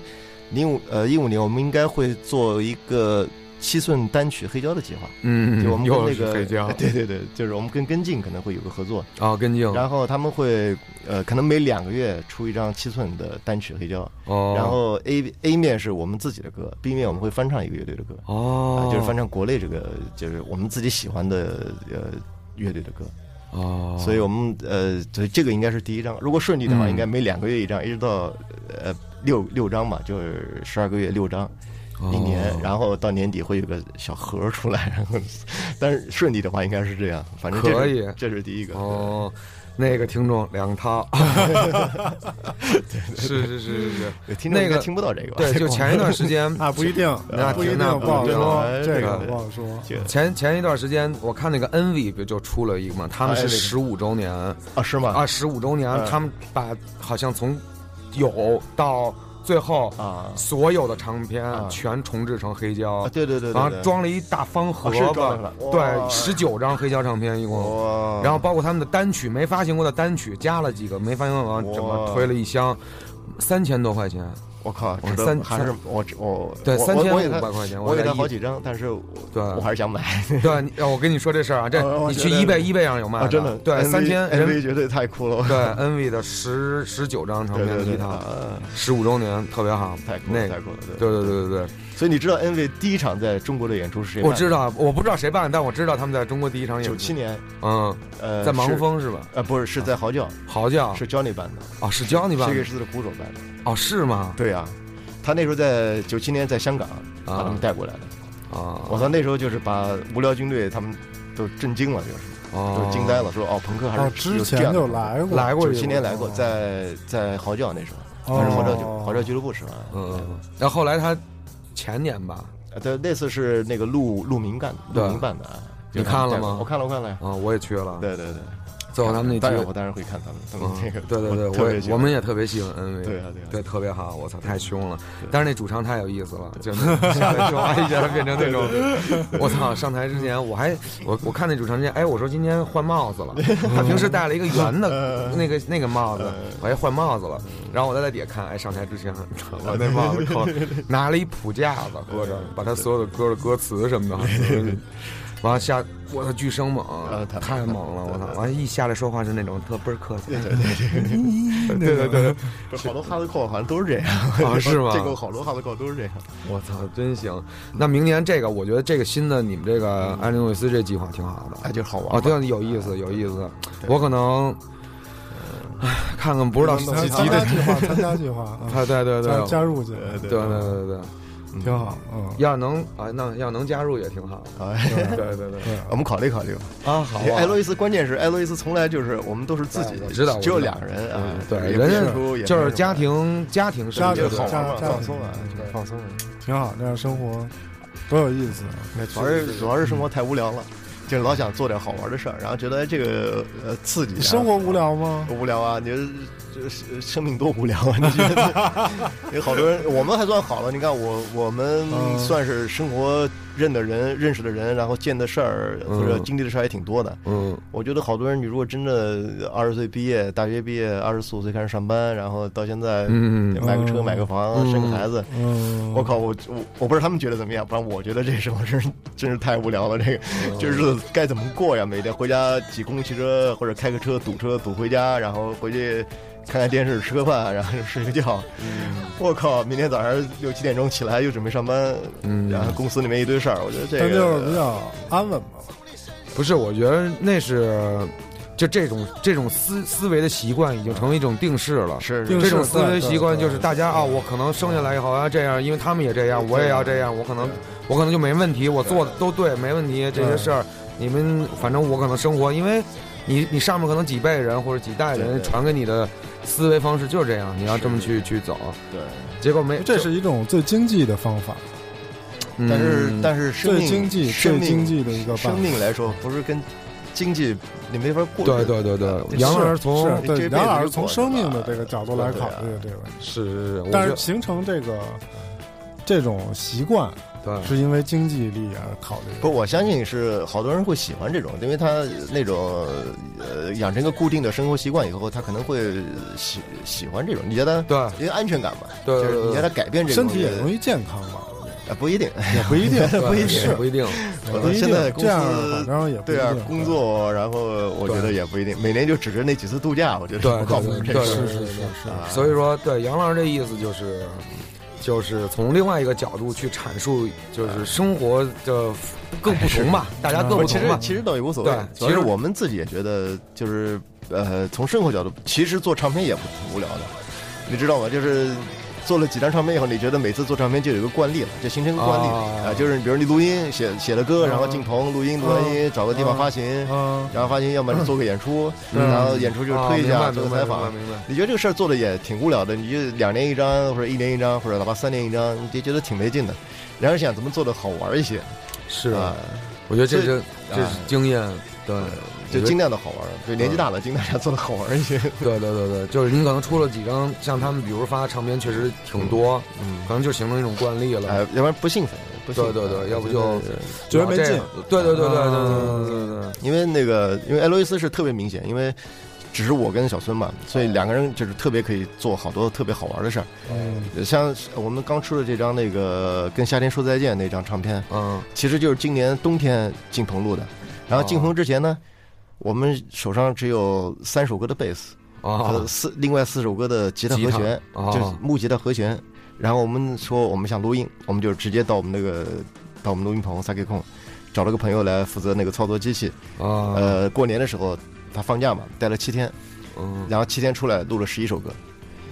Speaker 6: 零五呃一五年，我们应该会做一个七寸单曲黑胶的计划。
Speaker 5: 嗯，
Speaker 6: 就我们跟
Speaker 5: 又
Speaker 6: 那
Speaker 5: 是
Speaker 6: 个
Speaker 5: 黑胶
Speaker 6: [laughs] 对对对，就是我们跟跟进可能会有个合作，
Speaker 5: 啊，跟进，
Speaker 6: 然后他们会呃可能每两个月出一张七寸的单曲黑胶，
Speaker 5: 哦，
Speaker 6: 然后 A A 面是我们自己的歌，B 面我们会翻唱一个乐队的歌，啊
Speaker 5: 哦，
Speaker 6: 就是翻唱国内这个就是我们自己喜欢的呃乐队的歌。
Speaker 5: 哦，
Speaker 6: 所以我们呃，所以这个应该是第一张。如果顺利的话，
Speaker 5: 嗯
Speaker 6: 应该每两个月一张，一直到呃六六张吧，就是十二个月六张，
Speaker 5: 哦
Speaker 6: 一年。然后到年底会有个小盒儿出来，然 [laughs] 后，但是顺利的话应该是这样。反正这是
Speaker 5: 可以
Speaker 6: 这是第一个。
Speaker 5: 哦，那个听众两套， [laughs] 是是是是是，
Speaker 6: 对，听众应
Speaker 5: 那
Speaker 6: 该
Speaker 5: 个
Speaker 6: 听不到这个吧？
Speaker 5: 对，
Speaker 6: [laughs]
Speaker 5: 就前一段时间
Speaker 4: 啊，不一定
Speaker 5: 那，
Speaker 4: 不一定，
Speaker 5: 那
Speaker 4: 不好
Speaker 5: 不一定
Speaker 4: 说
Speaker 6: 哎，
Speaker 4: 这
Speaker 6: 这
Speaker 4: 个
Speaker 6: 个
Speaker 4: 不好说。
Speaker 6: 这
Speaker 5: [laughs]
Speaker 6: 个
Speaker 5: 前前一段时间，我看那个 Envy 不就出了一个嘛，他们
Speaker 6: 哎
Speaker 5: 啊是
Speaker 6: 那个
Speaker 5: 十五周年
Speaker 6: 啊是吗？
Speaker 5: 啊，十五周年，
Speaker 6: 嗯
Speaker 5: 他们把好像从有到最后
Speaker 6: 啊
Speaker 5: 所有的唱片
Speaker 6: 啊
Speaker 5: 全重制成黑胶
Speaker 6: 啊，，对对对对，
Speaker 5: 然后
Speaker 6: 对
Speaker 5: 装了一大方盒
Speaker 6: 啊是装
Speaker 5: 子
Speaker 6: 了，
Speaker 5: 对，十九张黑胶唱片一共。
Speaker 6: 哇，
Speaker 5: 然后包括他们的单曲没发行过的单曲，加了几个没发行过，整个
Speaker 6: 哇
Speaker 5: 推了一箱，三千多块钱，
Speaker 6: 我靠，
Speaker 5: 我
Speaker 6: 值得
Speaker 5: 三
Speaker 6: 还是我我
Speaker 5: 对，
Speaker 6: 我
Speaker 5: 三
Speaker 6: 我
Speaker 5: 千
Speaker 6: 我给
Speaker 5: 五
Speaker 6: 他
Speaker 5: 百块钱，
Speaker 6: 我给
Speaker 5: 才
Speaker 6: 他好
Speaker 5: 一
Speaker 6: 几张，但是我
Speaker 5: 对
Speaker 6: 我还是想买。
Speaker 5: 对，你我跟你说这事儿
Speaker 6: [laughs]
Speaker 5: 啊，这
Speaker 6: 我我
Speaker 5: 你
Speaker 6: 觉
Speaker 5: 去
Speaker 6: 得
Speaker 5: 一倍一倍上有卖
Speaker 6: 啊，真的，
Speaker 5: 对，三千
Speaker 6: MV
Speaker 5: 人
Speaker 6: 绝对太酷了，
Speaker 5: 对 NV 的十十九张唱
Speaker 6: 对
Speaker 5: 片
Speaker 6: 对
Speaker 5: 一
Speaker 6: 对，
Speaker 5: 套，
Speaker 6: 啊
Speaker 5: 十五周年特别好，
Speaker 6: 太酷
Speaker 5: 那
Speaker 6: 了，
Speaker 5: 个
Speaker 6: 太酷了，
Speaker 5: 对对对对
Speaker 6: 所以你知道 NV 第一场在中国的演出是谁
Speaker 5: 对，
Speaker 6: 办的？
Speaker 5: 我知道，我不知道谁办，但我知道他们在中国第一场演
Speaker 6: 九
Speaker 5: 出，
Speaker 6: 七年，
Speaker 5: 嗯，
Speaker 6: 呃，
Speaker 5: 在盲
Speaker 6: 是，
Speaker 5: 峰是吧？
Speaker 6: 呃，不是，是在嚎叫，
Speaker 5: 嚎叫
Speaker 6: 是 Johnny 办的，
Speaker 5: 哦，是 Johnny
Speaker 6: 是
Speaker 5: 办
Speaker 6: 一个
Speaker 5: 的
Speaker 6: 狮子的鼓手办的，
Speaker 5: 哦，是吗？
Speaker 6: 对啊。他那时候在九七年在香港把他
Speaker 5: 啊
Speaker 6: 们带过来的，
Speaker 5: 啊，
Speaker 6: 我操！那时候就是把无聊军队他们都震惊了，就是
Speaker 5: 哦
Speaker 6: 都惊呆了，说哦，朋克还
Speaker 4: 啊，
Speaker 6: 是
Speaker 4: 之前就来过，
Speaker 5: 来过
Speaker 6: 九
Speaker 5: 一
Speaker 6: 七
Speaker 5: 个
Speaker 6: 年来过，
Speaker 4: 哦
Speaker 6: 在在嚎叫那时候，
Speaker 4: 哦
Speaker 6: 反正嚎叫俱嚎叫俱乐部是吧？
Speaker 5: 嗯，嗯嗯然后后来他前年吧，
Speaker 6: 呃，对，那次是那个陆陆明干
Speaker 5: 对
Speaker 6: 陆明办的啊。
Speaker 5: 你
Speaker 6: 就
Speaker 5: 看了
Speaker 6: 带过
Speaker 5: 吗
Speaker 6: 我看了，我看了呀。
Speaker 5: 啊，我也去了，
Speaker 6: 对对对，
Speaker 5: 最后他们那
Speaker 6: 当
Speaker 5: 集
Speaker 6: 然我当然会看他们，他们
Speaker 5: 嗯
Speaker 6: 那个
Speaker 5: 对对对，
Speaker 6: 特
Speaker 5: 我
Speaker 6: 别
Speaker 5: 也
Speaker 6: 喜
Speaker 5: 我
Speaker 6: 欢
Speaker 5: 们也特别喜欢 NV，
Speaker 6: 对啊对啊
Speaker 5: 对，特别好，我操，太凶了
Speaker 6: 对！
Speaker 5: 但是那主唱太有意思了，就是上来说话一下就变成那种，我操！上台之前我还我我看那主唱之前，哎，我说今天换帽
Speaker 6: [laughs]
Speaker 5: 子了，他平时戴了一个圆的
Speaker 6: 嗯
Speaker 5: 那个那个帽子，我还换帽子了。然后我再在底下看，哎，上台之前 [laughs] 把那帽子扣了，拿了一谱架子搁着，把他所有的歌的歌词什么的。完了下，我操，巨生猛
Speaker 6: 呃，太
Speaker 5: 太猛了，我操！完一下来说话是那种特倍儿客气，
Speaker 6: 对对对，不是好多哈子扣好像都是这样
Speaker 5: 啊是吗
Speaker 6: [laughs] 这个好多哈子扣都是这样。
Speaker 5: [laughs] 我操，真行！那明年这个，我觉得这个新的你们这个艾伦·韦斯这计划挺好的
Speaker 6: 哎，就是好玩
Speaker 5: 啊，
Speaker 6: 嘛。
Speaker 5: 对，有意思，有意思。我可能，唉，看看不知道
Speaker 6: 嗯
Speaker 4: 参
Speaker 5: 几
Speaker 4: 参
Speaker 5: 几
Speaker 4: 加
Speaker 5: 点，
Speaker 4: 计划，参加计划啊，
Speaker 5: 啊，对对对，
Speaker 4: 加加
Speaker 5: 对
Speaker 4: 入进来，
Speaker 6: 对嗯
Speaker 5: 对对对，
Speaker 4: 挺好，嗯，
Speaker 5: 要能啊，那要能加入也挺好。
Speaker 6: 哎，
Speaker 5: 对对对
Speaker 4: 对
Speaker 6: 我们考虑考虑吧。
Speaker 5: 啊，好
Speaker 6: 艾
Speaker 5: 啊
Speaker 6: 洛。伊斯，关键是艾洛伊斯从来就是我们都是自己
Speaker 5: 哎，我知道我知道
Speaker 6: 只有两人啊，
Speaker 5: 嗯对，
Speaker 6: 也不
Speaker 5: 人
Speaker 6: 演出也
Speaker 5: 家就是
Speaker 6: 不什么
Speaker 5: 家，庭家庭式
Speaker 4: 家
Speaker 6: 就
Speaker 4: 庭
Speaker 5: 乐
Speaker 6: 是
Speaker 5: 队
Speaker 6: 好玩嘛，
Speaker 4: 家
Speaker 6: 放松啊，
Speaker 4: 家
Speaker 6: 就是放松啊。
Speaker 4: 挺好，那样生活多有意思啊，
Speaker 6: 主要是主要是生活太无聊了，就是老想做点好玩的事儿，然后觉得哎这个呃刺激啊。
Speaker 4: 生活无聊吗？
Speaker 6: 无聊啊！你就是生命多无聊啊！你觉
Speaker 5: [laughs]
Speaker 6: 得有好多人，我们还算好了。你看我，我们
Speaker 4: 嗯
Speaker 6: 算是生活认的人、认识的人，然后见的事儿或者经历的事儿也挺多的。
Speaker 5: 嗯
Speaker 6: 我觉得好多人，你如果真的二十岁毕业，大学毕业，二十四五岁开始上班，然后到现在
Speaker 5: 嗯，
Speaker 6: 买个车、
Speaker 4: 嗯
Speaker 6: 买个房、
Speaker 5: 嗯
Speaker 6: 生个孩子，
Speaker 4: 嗯，
Speaker 6: 我靠，我我我不知道他们觉得怎么样，不然我觉得这生活真是真是太无聊了。这个
Speaker 5: 嗯
Speaker 6: 这日子该怎么过呀？每天回家挤公共汽车或者开个车堵车堵回家，然后回去看看电视、吃个饭，然后就睡个觉。 [laughs] 我靠，明天早上六七点钟起来又准备上班，
Speaker 5: 嗯
Speaker 6: 然后公司里面一堆事儿，我觉得这
Speaker 4: 但就是比
Speaker 6: 个
Speaker 4: 较安稳吧。
Speaker 5: 不是，我觉得那是就这种这种思思维的习惯已经成为一种定式了。
Speaker 6: 是
Speaker 4: 定
Speaker 5: 这
Speaker 4: 式
Speaker 5: 种
Speaker 4: 对
Speaker 5: 思维习惯
Speaker 4: 对
Speaker 5: 就是
Speaker 4: 对
Speaker 5: 大家啊，我可能生下来以后啊要这样，因为他们也这样，我也要这样，我可能我可能就没问题，我做的都对，没问题。这些事儿，你们反正我可能生活，因为你你上面可能几辈人或者几代
Speaker 6: 对
Speaker 5: 人
Speaker 6: 对
Speaker 5: 传给你的思维方式就是这样，你要这么
Speaker 6: 是
Speaker 5: 去去走，
Speaker 6: 对，
Speaker 5: 结果没，
Speaker 4: 这是一种最经济的方法，
Speaker 5: 嗯
Speaker 6: 但是但是生
Speaker 4: 最
Speaker 6: 命
Speaker 4: 经济、
Speaker 6: 生
Speaker 4: 最经
Speaker 6: 命
Speaker 4: 济的一个办
Speaker 6: 生
Speaker 4: 法。
Speaker 6: 命来说，不是跟经济你没法
Speaker 5: 对
Speaker 6: 过日子。啊
Speaker 5: 对对对，
Speaker 6: 这
Speaker 5: 杨老师
Speaker 4: 是
Speaker 5: 从
Speaker 4: 是对
Speaker 6: 这辈子
Speaker 4: 杨老
Speaker 6: 就
Speaker 4: 师从
Speaker 6: 过去
Speaker 4: 生命
Speaker 6: 了
Speaker 4: 的这个角度来考虑
Speaker 6: 对啊
Speaker 4: 这个问题，
Speaker 5: 是是是，我觉
Speaker 4: 但是
Speaker 5: 得
Speaker 4: 形成这个这种习惯，
Speaker 6: 嗯
Speaker 5: 对
Speaker 4: 是因为经济利益而考虑的。
Speaker 6: 不，我相信是好多人会喜欢这种，因为他那种呃养成一个固定的生活习惯以后，他可能会喜喜欢这种。你觉得？
Speaker 5: 对
Speaker 6: 因为安全感嘛，
Speaker 5: 对对
Speaker 6: 就是你
Speaker 5: 对
Speaker 6: 让他改变这个
Speaker 4: 呃身体也容
Speaker 6: 易，
Speaker 4: 易健康嘛，
Speaker 6: 啊 [laughs] 不一定。
Speaker 4: [laughs] 也不一定，
Speaker 5: 对
Speaker 4: 不一
Speaker 5: 是
Speaker 4: 定，
Speaker 5: 不一定，
Speaker 4: 不
Speaker 6: 可能
Speaker 4: 一
Speaker 6: 现在
Speaker 4: 定。
Speaker 6: 公
Speaker 4: 这样
Speaker 6: 司
Speaker 4: 反正也不一
Speaker 6: 对啊
Speaker 4: 定，
Speaker 6: 工作，然后我觉得也不一定，每年就指着那几次度假，我觉得
Speaker 5: 对
Speaker 6: 不靠谱
Speaker 5: 对。对
Speaker 6: 这个
Speaker 4: 对
Speaker 6: 事
Speaker 4: 是
Speaker 6: 儿
Speaker 5: 对
Speaker 4: 是是是
Speaker 6: 啊
Speaker 5: 所以说，对杨老师这意思就是，就是从另外一个角度去阐述，
Speaker 6: 啊
Speaker 5: 就是生活的更不同吧，大家各
Speaker 6: 我
Speaker 5: 不
Speaker 6: 嗯其
Speaker 5: 同
Speaker 6: 实
Speaker 5: 吧。
Speaker 6: 其实倒也无所谓
Speaker 5: 对，
Speaker 6: 主要
Speaker 5: 其
Speaker 6: 是
Speaker 5: 实
Speaker 6: 我们自己也觉得，就是呃，从生活角度，其实做唱片也不挺无聊的，你知道吗？就是做了几张唱片以后，你觉得每次做唱片就有一个惯例了，就形成一个惯例
Speaker 5: 哦嗯
Speaker 6: 啊、就是比如你录音写写了歌，然后进棚录音，录完音找个地方发行，
Speaker 4: 嗯，
Speaker 6: 然后发行，要么就做个演出，
Speaker 5: 嗯
Speaker 6: 然后演出就是推一下、
Speaker 5: 哦明白
Speaker 6: 做个
Speaker 5: 明白
Speaker 6: 采访。
Speaker 5: 明白明白
Speaker 6: 你觉得这个事儿做的也挺无聊的，你就两年一张，或者一年一张，或者哪怕三年一张，你就觉得挺没劲的。然后想怎么做的好玩一些
Speaker 5: 是，
Speaker 6: 啊？
Speaker 5: 我觉得这
Speaker 6: 所
Speaker 5: 是这
Speaker 6: 啊
Speaker 5: 是经验，对，
Speaker 6: 就
Speaker 5: 我觉得
Speaker 6: 尽量的好玩儿，就年纪大了，尽量要做的好玩儿一些。
Speaker 5: 对对对对，就是您可能出了几张，像他们比如发的唱片确实挺多，
Speaker 6: 嗯，
Speaker 5: 可能就形成一种惯例了
Speaker 6: [laughs] 哎。，要不然不兴奋，不兴奋。哎
Speaker 5: 对对对
Speaker 6: 我
Speaker 5: 要不
Speaker 6: 觉
Speaker 5: 就
Speaker 6: 得
Speaker 4: 觉得
Speaker 5: 老
Speaker 4: 没
Speaker 5: 这
Speaker 4: 劲
Speaker 5: 样。对对对对对对对对对。
Speaker 6: 因为那个，因为爱洛伊斯是特别明显，因为只是我跟小孙嘛，所以两个人就是特别可以做好多特别好玩的事儿。
Speaker 4: 嗯，
Speaker 6: 像我们刚出的这张那个跟夏天说再见那张唱片，
Speaker 5: 嗯，
Speaker 6: 其实就是今年冬天进棚录的。然后进棚之前呢，我们手上只有三首歌的贝斯，
Speaker 5: 啊
Speaker 6: 和，呃四另外四首歌的吉他和弦，
Speaker 5: 吉他哦
Speaker 6: 就是木吉他和弦。然后我们说我们想录音，我们就直接到我们那个到我们录音棚 s a k 控，找了个朋友来负责那个操作机器。
Speaker 5: 啊，
Speaker 6: 呃，过年的时候他放假嘛，待了七天，
Speaker 5: 嗯，
Speaker 6: 然后七天出来录了十一首歌，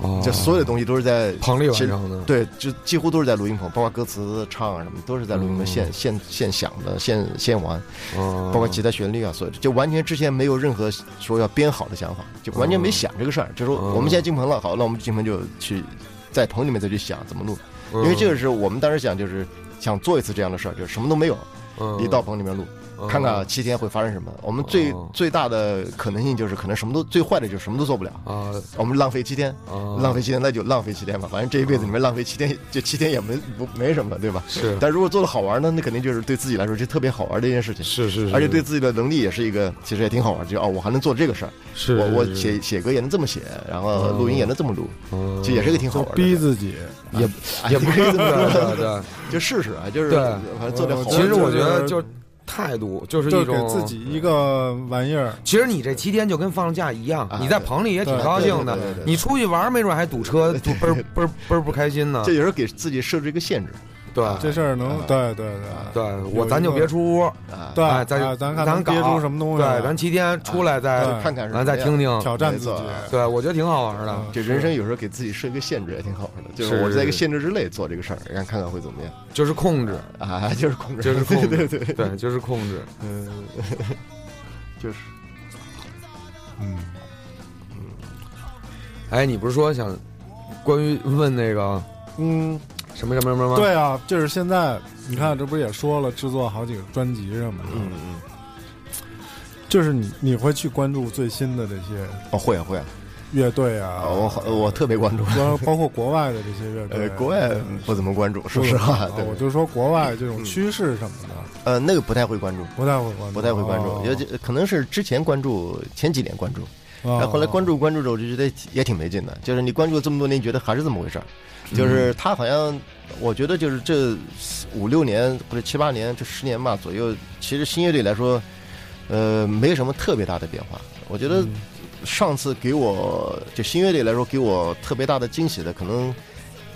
Speaker 5: 哦
Speaker 6: 这所有的东西都是在
Speaker 5: 棚里完
Speaker 6: 其实
Speaker 5: 成的，
Speaker 6: 对，就几乎都是在录音棚，包括歌词、唱啊什么，都是在录音棚
Speaker 5: 嗯
Speaker 6: 现现现想的、现现玩，
Speaker 5: 嗯，
Speaker 6: 包括吉他旋律啊，所有的就完全之前没有任何说要编好的想法，就完全没想这个事儿。就说
Speaker 5: 嗯
Speaker 6: 我们现在进棚了，好，那我们进棚就去在棚里面再去想怎么录，
Speaker 5: 嗯，
Speaker 6: 因为这个是我们当时想就是想做一次这样的事儿，就是什么都没有，
Speaker 5: 嗯
Speaker 6: 一到棚里面录，
Speaker 5: 嗯
Speaker 6: 看看七天会发生什么。我们最
Speaker 5: 哦
Speaker 6: 最大的可能性就是可能什么都最坏的就是什么都做不了，
Speaker 5: 啊
Speaker 6: 我们浪费七天。
Speaker 5: 啊，
Speaker 6: 浪费七天，那就浪费七天吧。反正这一辈子里面浪费七天，这七天也没不没什么，对吧？
Speaker 5: 是
Speaker 6: 但如果做的好玩呢，那肯定就是对自己来说是特别好玩的一件事情，
Speaker 5: 是是，
Speaker 6: 而且对自己的能力也是一个，其实也挺好玩。就哦，我还能做这个事儿，
Speaker 5: 是哦
Speaker 6: 我我写写歌也能这么写，然后录音也能这么录，
Speaker 5: 嗯
Speaker 6: 就也是个挺
Speaker 4: 就
Speaker 6: 好玩的事儿。啊哎
Speaker 4: 逼自己。
Speaker 5: 也
Speaker 6: [laughs]
Speaker 5: 也不是这么着的。
Speaker 6: 就试试啊，就是
Speaker 5: 对嗯
Speaker 6: 反正做点好玩的。
Speaker 5: 其实我觉得
Speaker 4: 就
Speaker 5: 就是态度就是
Speaker 4: 就
Speaker 5: 一
Speaker 4: 是给
Speaker 5: 种
Speaker 4: 自。己一个玩意儿，
Speaker 5: 其实你这七天就跟放假一样，
Speaker 6: 啊
Speaker 5: 你在棚里也挺高兴的
Speaker 6: 对对对对对，
Speaker 5: 你出去玩没准还堵
Speaker 6: [laughs]
Speaker 5: 车，堵倍儿倍儿倍儿不开心呢
Speaker 6: 这。有时候给自己设置一个限制
Speaker 5: 对
Speaker 4: 这事儿能
Speaker 6: 啊
Speaker 4: 对对
Speaker 5: 对
Speaker 4: 对，
Speaker 5: 我咱就别出屋，
Speaker 6: 啊，
Speaker 4: 对，
Speaker 5: 哎，
Speaker 4: 哎
Speaker 5: 咱
Speaker 4: 咱看
Speaker 5: 咱
Speaker 4: 能
Speaker 5: 搞
Speaker 4: 憋出什么东西来，
Speaker 5: 对，咱七天出来再
Speaker 4: 对
Speaker 6: 啊看看是
Speaker 5: 咱再
Speaker 6: 怎么样
Speaker 5: 听听，
Speaker 4: 挑战
Speaker 6: 没
Speaker 4: 自
Speaker 6: 错
Speaker 4: 己。
Speaker 6: 啊
Speaker 5: 对我觉得挺好玩的
Speaker 4: 嗯。
Speaker 6: 就人生有时候给自己设一个限制也挺好玩的，就是
Speaker 5: 是
Speaker 6: 我在一个限制之内做这个事儿，看看看会怎么样
Speaker 5: 就是控制，
Speaker 6: 啊， [laughs] 就是控
Speaker 5: [laughs]
Speaker 6: 制，
Speaker 5: 就是控
Speaker 6: 对
Speaker 5: 制，
Speaker 6: 对对，
Speaker 5: 对，就是控制。
Speaker 6: 嗯， [laughs] 就是
Speaker 4: 嗯，
Speaker 5: 嗯哎，你不是说想关于问那个
Speaker 4: 嗯，
Speaker 5: 什么什么什么吗？
Speaker 4: 对啊，就是现在你看，这不是也说了，制作好几个专辑什么的，
Speaker 6: 嗯嗯，
Speaker 4: 就是你你会去关注最新的这些
Speaker 6: 哦，会啊会啊，
Speaker 4: 乐队啊，
Speaker 6: 我好我特别关注，
Speaker 4: 包包括国外的这
Speaker 6: [laughs]
Speaker 4: 些乐队
Speaker 6: 呃
Speaker 4: 啊，，
Speaker 6: 哦国外不怎么关注，说实话，
Speaker 4: 啊
Speaker 6: 对
Speaker 5: 哦
Speaker 4: 我就说国外这种趋势什么的，
Speaker 6: 呃那个不太会关注，
Speaker 4: 不太会关注，
Speaker 6: 不太会关注，也
Speaker 4: 哦
Speaker 6: 就可能是之前关注，前几年关注，
Speaker 4: 哦
Speaker 6: 哎但后来关注关注之后，我就觉得也挺没劲的。就是你关注这么多年，觉得还是这么回事儿。
Speaker 5: 嗯
Speaker 6: 就是他好像，我觉得就是这五六年或者七八年这十年吧左右，其实新乐队来说，呃，没什么特别大的变化。我觉得
Speaker 5: 嗯
Speaker 6: 上次给我就新乐队来说给我特别大的惊喜的，可能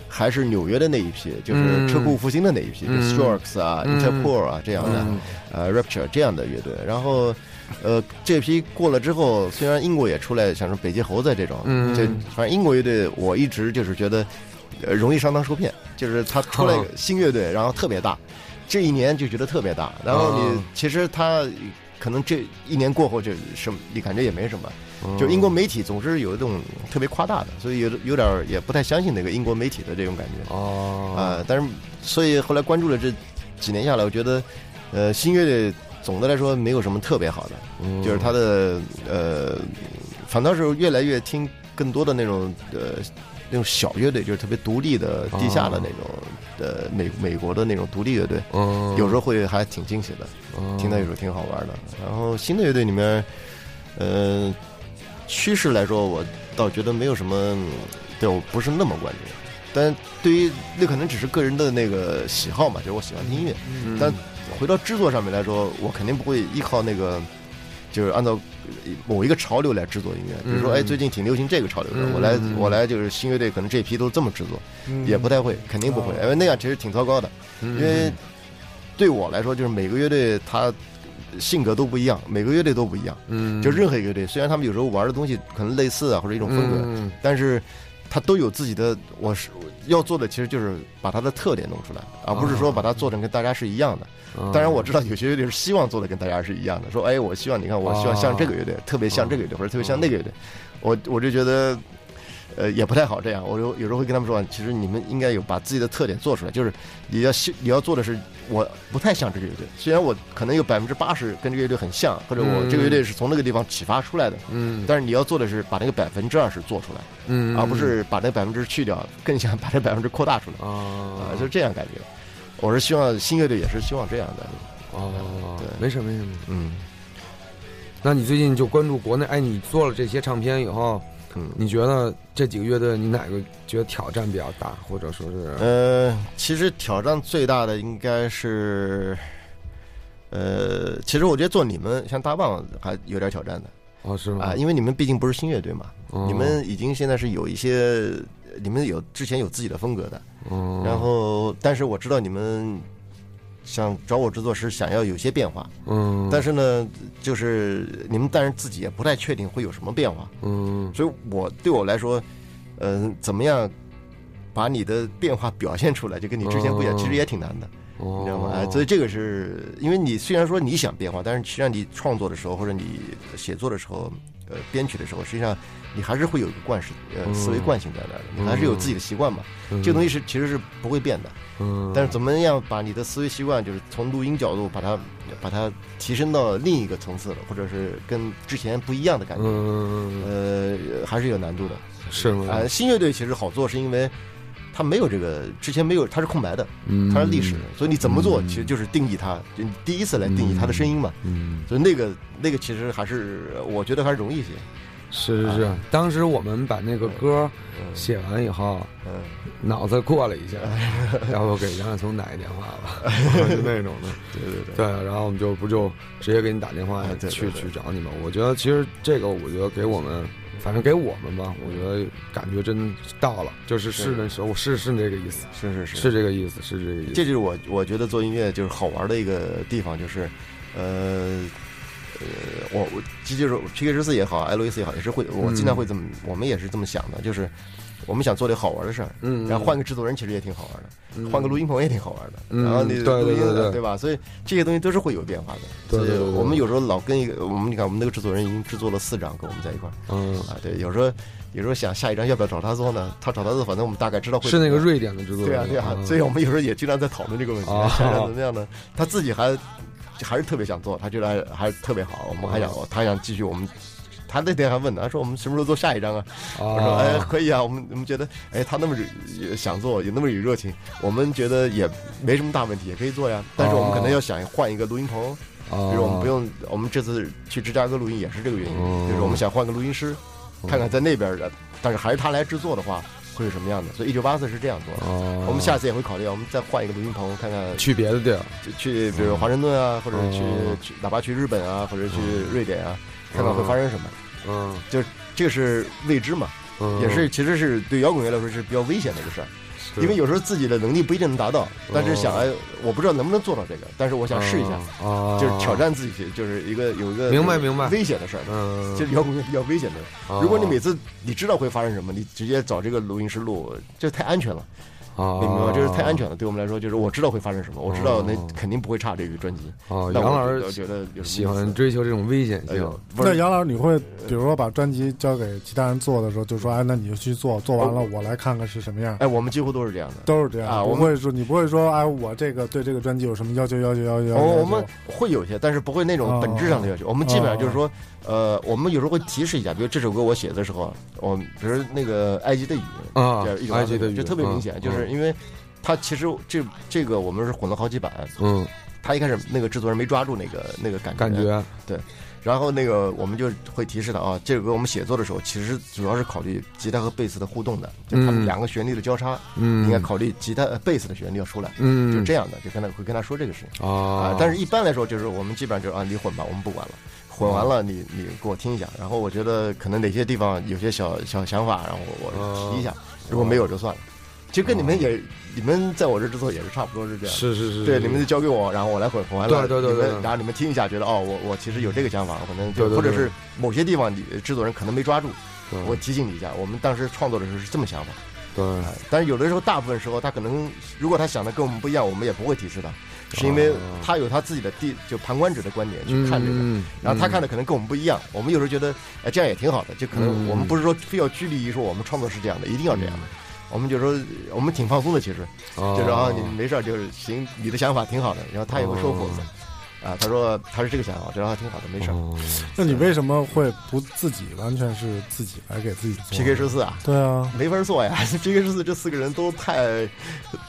Speaker 6: 还是纽约的那一批，就是
Speaker 5: 嗯
Speaker 6: 车库复兴的那一批，就
Speaker 5: 嗯
Speaker 6: Strokes 啊、
Speaker 5: 嗯
Speaker 6: Interpol 啊这样的。
Speaker 5: 嗯
Speaker 6: 呃 Rapture 这样的乐队。然后，呃，这批过了之后，虽然英国也出来，像是北极猴子这种，
Speaker 5: 嗯
Speaker 6: 这反正英国乐队我一直就是觉得，呃，容易上当受骗，就是他出
Speaker 5: 哦
Speaker 6: 来一个新乐队，然后特别大，这一年就觉得特别大，然后你
Speaker 5: 哦
Speaker 6: 其实他。可能这一年过后就什么，你感觉也没什么。
Speaker 5: 嗯
Speaker 6: 就英国媒体总是有一种特别夸大的，所以有的有点儿也不太相信那个英国媒体的这种感觉。
Speaker 5: 哦
Speaker 6: 啊，但是所以后来关注了这几年下来，我觉得，呃，新乐队总的来说没有什么特别好的，
Speaker 5: 嗯
Speaker 6: 就是它的呃，反倒是越来越听更多的那种呃那种小乐队，就是特别独立的地下
Speaker 5: 啊
Speaker 6: 的那种、呃美美国的那种独立乐队，
Speaker 5: 嗯
Speaker 6: 有时候会还挺惊喜的。
Speaker 5: 嗯
Speaker 6: 听到一首挺好玩的。然后新的乐队里面，呃，趋势来说，我倒觉得没有什么，嗯对我不是那么关注。但对于那可能只是个人的那个喜好嘛，就是我喜欢听音乐。
Speaker 5: 嗯
Speaker 6: 但回到制作上面来说，我肯定不会依靠那个，就是按照某一个潮流来制作音乐。比如说，
Speaker 5: 嗯
Speaker 6: 哎，最近挺流行这个潮流的，
Speaker 5: 嗯
Speaker 6: 我来
Speaker 5: 嗯
Speaker 6: 我来就是新乐队，可能这批都这么制作，也不太会，肯定不会，因为那样其实挺糟糕的。
Speaker 5: 哦嗯
Speaker 6: 因为对我来说，就是每个乐队它性格都不一样，每个乐队都不一样。
Speaker 5: 嗯
Speaker 6: 就任何一个乐队，虽然他们有时候玩的东西可能类似啊，或者一种风格，
Speaker 5: 嗯
Speaker 6: 但是它都有自己的。我是要做的，其实就是把它的特点弄出来，而不是
Speaker 5: 哦
Speaker 6: 说把它做成跟大家是一样的。
Speaker 5: 嗯
Speaker 6: 当然我知道有些乐队是希望做的跟大家是一样的，说哎，我希望你看，我希望
Speaker 5: 哦
Speaker 6: 像这个乐队，特别像这
Speaker 5: 嗯
Speaker 6: 个乐队，或者特别像那个乐队，我我就觉得。呃，也不太好这样。我有有时候会跟他们说，其实你们应该有把自己的特点做出来，就是你要希你要做的是，我不太像这个乐队，虽然我可能有百分之八十跟这个乐队很像，或者我
Speaker 5: 嗯
Speaker 6: 这个乐队是从那个地方启发出来的，
Speaker 5: 嗯
Speaker 6: 但是你要做的是把那个百分之二十做出来，
Speaker 5: 嗯
Speaker 6: 啊而不是把那百分之去掉，更想把这百分之扩大出来
Speaker 5: 啊
Speaker 6: 啊、就是这样感觉。我是希望新乐队也是希望这样的，
Speaker 5: 哦
Speaker 6: 对
Speaker 5: 没事没事没事。
Speaker 6: 嗯。
Speaker 5: 那你最近就关注国内？哎，你做了这些唱片以后，
Speaker 6: 嗯
Speaker 5: 你觉得这几个乐队，你哪个觉得挑战比较大，或者说是
Speaker 6: 呃，其实挑战最大的应该是，呃，其实我觉得做你们像大棒还有点挑战的
Speaker 5: 哦是吗
Speaker 6: 啊，？因为你们毕竟不是新乐队嘛，
Speaker 5: 哦
Speaker 6: 你们已经现在是有一些，你们有之前有自己的风格的，
Speaker 5: 嗯
Speaker 6: 然后但是我知道你们想找我制作时想要有些变化，
Speaker 5: 嗯，
Speaker 6: 但
Speaker 5: 是
Speaker 6: 是呢，就是你们但是自己也不太确定会有什么变化，
Speaker 5: 嗯
Speaker 6: 所以我对我来说，嗯、怎么样把你的变化表现出来，就跟你之前不一样，
Speaker 5: 哦
Speaker 6: 其实也挺难的，
Speaker 5: 哦
Speaker 6: 你知道吗？哎所以这个是因为你虽然说你想变化，但是实际上你创作的时候或者你写作的时候，呃，编曲的时候，实际上你还是会有一个惯性，呃，
Speaker 5: 嗯
Speaker 6: 思维惯性在那儿的，你还是有自己的习惯嘛。这个东西是其实是不会变的，
Speaker 5: 嗯，
Speaker 6: 但是怎么样把你的思维习惯，就是从录音角度把它把它提升到另一个层次了，或者是跟之前不一样的感觉，
Speaker 5: 嗯
Speaker 6: 呃，还是有难度的。
Speaker 5: 是吗？
Speaker 6: 啊，新乐队其实好做，是因为它没有这个之前没有，它是空白的，
Speaker 5: 嗯
Speaker 6: 它是历史，所以你怎么做
Speaker 5: 嗯
Speaker 6: 其实就是定义它，就你第一次来定义它的声音嘛。
Speaker 5: 嗯
Speaker 6: 所以那个那个其实还是我觉得还是容易一些。
Speaker 5: 是是是，当时我们把那个歌写完以后，
Speaker 6: 嗯，
Speaker 5: 脑子过了一下，要不给杨晓松打一电话吧，就那种的。
Speaker 6: 对对对，
Speaker 5: 对，然后我们就不就直接给你打电话
Speaker 6: 哎对对
Speaker 5: 去
Speaker 6: 对
Speaker 5: 去找你们。我觉得其实这个，我觉得给我们，反正给我们吧，我觉得感觉真到了，就是是那时候，是是这个意思，
Speaker 6: 是是是
Speaker 5: 是这个意思，是这个意思。
Speaker 6: 这就是我我觉得做音乐就是好玩的一个地方，就是，呃，呃，我我这就是 PK 十四也好，艾洛伊斯也好，也是会我经常会这
Speaker 5: 嗯
Speaker 6: 么，我们也是这么想的，就是我们想做点好玩的事儿，
Speaker 5: 嗯
Speaker 6: 然后换个制作人其实也挺好玩的，换个录音棚也挺好玩的，
Speaker 5: 嗯
Speaker 6: 然后你
Speaker 5: 对
Speaker 6: 录
Speaker 5: 对
Speaker 6: 音
Speaker 5: 对对
Speaker 6: 对吧？所以这些东西都是会有变化的。
Speaker 5: 对对对
Speaker 6: 所以
Speaker 5: 对
Speaker 6: 我们有时候老跟一个我们你看我们那个制作人已经制作了四张跟我们在一块儿
Speaker 5: 嗯，
Speaker 6: 啊，对，有时候有时候想下一张要不要找他做呢？他找他做，反正我们大概知道会
Speaker 5: 是那
Speaker 6: 怎
Speaker 5: 个
Speaker 6: 么样
Speaker 5: 瑞典的制作
Speaker 6: 对啊，
Speaker 5: 人，
Speaker 6: 对啊，
Speaker 5: 嗯
Speaker 6: 所以我们有时候也经常在讨论这个问题，
Speaker 5: 啊
Speaker 6: [laughs] 想想怎么样呢？他自己还还是特别想做，他觉得还还是特别好，我们还想他还想继续我们。他那天还问呢，他说我们什么时候做下一张啊？我说哎
Speaker 5: 啊，
Speaker 6: 可以啊，我们我们觉得哎他那么也想做，有那么有热情，我们觉得也没什么大问题，也可以做呀。但是我们可能要想换一个录音棚，比
Speaker 5: 比
Speaker 6: 如我们不用，我们这次去芝加哥录音也是这个原
Speaker 5: 哦
Speaker 6: 因，就是我们想换个录音师，看看在那边的，但是还是他来制作的话会是什么样的。所以一九八四是这样做的。
Speaker 5: 哦，
Speaker 6: 我们下次也会考虑，我们再换一个录音棚，看看
Speaker 5: 去别的地儿，
Speaker 6: 去去，比如华盛顿啊，或者去
Speaker 5: 嗯哦
Speaker 6: 去，哪怕去日本啊，或者去瑞典啊，看看会发生什么。
Speaker 5: 嗯，
Speaker 6: 这是未知嘛，
Speaker 5: 嗯
Speaker 6: 也是其实是对摇滚乐来说是比较危险的一个事儿，因为有时候自己的能力不一定能达到，但是想哎，我不知道能不能做到这个，但是我想试一下，，
Speaker 5: 哦
Speaker 6: 就是挑，战自己，就是一个有一个
Speaker 5: 明白明白
Speaker 6: 危险的事儿。
Speaker 5: 嗯，哦
Speaker 6: 就是摇滚乐比较危险的，如果你每次你知道会发生什么，你直接找这个录音师录，这太安全了，
Speaker 5: 哦，
Speaker 6: 你明白吗？就是太安全了，对我们来说，就是我知道会发生什么，我知道那
Speaker 5: 哦
Speaker 6: 肯定不会差这个专辑。
Speaker 5: 哦。
Speaker 6: 那
Speaker 5: 杨
Speaker 6: 我
Speaker 5: 老
Speaker 6: 就
Speaker 5: 师
Speaker 6: 觉得有什么
Speaker 5: 喜
Speaker 6: 意思
Speaker 5: 欢追求这种危险
Speaker 6: 哎
Speaker 5: 性
Speaker 6: 呦，，不
Speaker 4: 那
Speaker 6: 是
Speaker 4: 杨老师，你会比如说把专辑交给其他人做的时候，就说：“哎，那你就去做，做完了我来看看是什么样。
Speaker 6: 哎，我们几乎都是这样的”。
Speaker 4: 都是这样，
Speaker 6: 啊
Speaker 4: 不
Speaker 6: 我们
Speaker 4: 会说你不会说，哎，我这个对这个专辑有什么要求？要求？要求？要求？
Speaker 6: 哦我我
Speaker 4: 要
Speaker 6: 们
Speaker 4: 求
Speaker 6: 会有一些，但是不会那种本质上的
Speaker 4: 哦
Speaker 6: 要求。我们基本上就是说，呃，我们有时候会提示一下，比如这首歌我写的时候啊，我们比如那个埃及的雨
Speaker 5: 啊
Speaker 6: 叫一种
Speaker 5: 埃及的雨
Speaker 6: 就特别明显，
Speaker 5: 嗯
Speaker 6: 就是因为它其实这这个我们是混了好几版，
Speaker 5: 嗯，
Speaker 6: 他一开始那个制作人没抓住那个那个感觉，
Speaker 5: 感觉
Speaker 6: 然后那个我们就会提示他啊，这首歌我们写作的时候，其实主要是考虑吉他和贝斯的互动的，就他
Speaker 5: 嗯
Speaker 6: 们两个旋律的交叉，
Speaker 5: 嗯，
Speaker 6: 应该考虑吉他呃贝斯的旋律要出来，
Speaker 5: 嗯，
Speaker 6: 就这样的，就跟他会跟他说这个事情。
Speaker 5: 啊
Speaker 6: 啊，，但是一般来说，就是我们基本上就是啊，你混吧，我们不管了，混完了你你给我听一下，然后我觉得可能哪些地方有些小小想法，然后我我
Speaker 5: 哦
Speaker 6: 提一下，如果没有就算了。其实跟你们也，你们在我这制作也是差不多是这样的。
Speaker 5: 是是是，
Speaker 6: 对，
Speaker 5: 是
Speaker 6: 你们就交给我，然后我来混混完了，
Speaker 5: 对对对对
Speaker 6: 你们
Speaker 5: 对
Speaker 6: 然后你们听一下，觉得哦，我我其实有这个想法，可能就
Speaker 5: 对对对
Speaker 6: 或者是某些地方你制作人可能没抓住，
Speaker 5: 对
Speaker 6: 我提醒你一下，我们当时创作的时候是这么想法，
Speaker 5: 对
Speaker 6: 哎但是有的时候，大部分时候他可能，如果他想的跟我们不一样，我们也不会提示他，是因为他有他自己的地，就旁观者的观点去看这个。
Speaker 5: 哦嗯
Speaker 6: 然后他
Speaker 5: 嗯
Speaker 6: 看的可能跟我们不一样，我们有时候觉得，哎，这样也挺好的。就可
Speaker 5: 嗯
Speaker 6: 能我们不是说非要拘泥于说我们创作是这样的，一定要这样的。我们就说我们挺放松的，其实就是啊，
Speaker 5: 哦
Speaker 6: 你没事儿就是行，你的想法挺好的。然后他也会说服我们，啊，他说他是这个想法，我觉得还挺好的，没事儿。
Speaker 5: 哦
Speaker 4: 那你为什么会不自己完全是自己来给自己做
Speaker 6: PK 十四啊，
Speaker 4: 对啊，
Speaker 6: 没法做呀，PK [laughs] 十四这四个人都太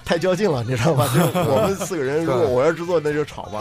Speaker 6: 太较劲了，你知道
Speaker 5: [laughs]
Speaker 6: 吧？就我们四个人，如果我要制作，那就吵吧。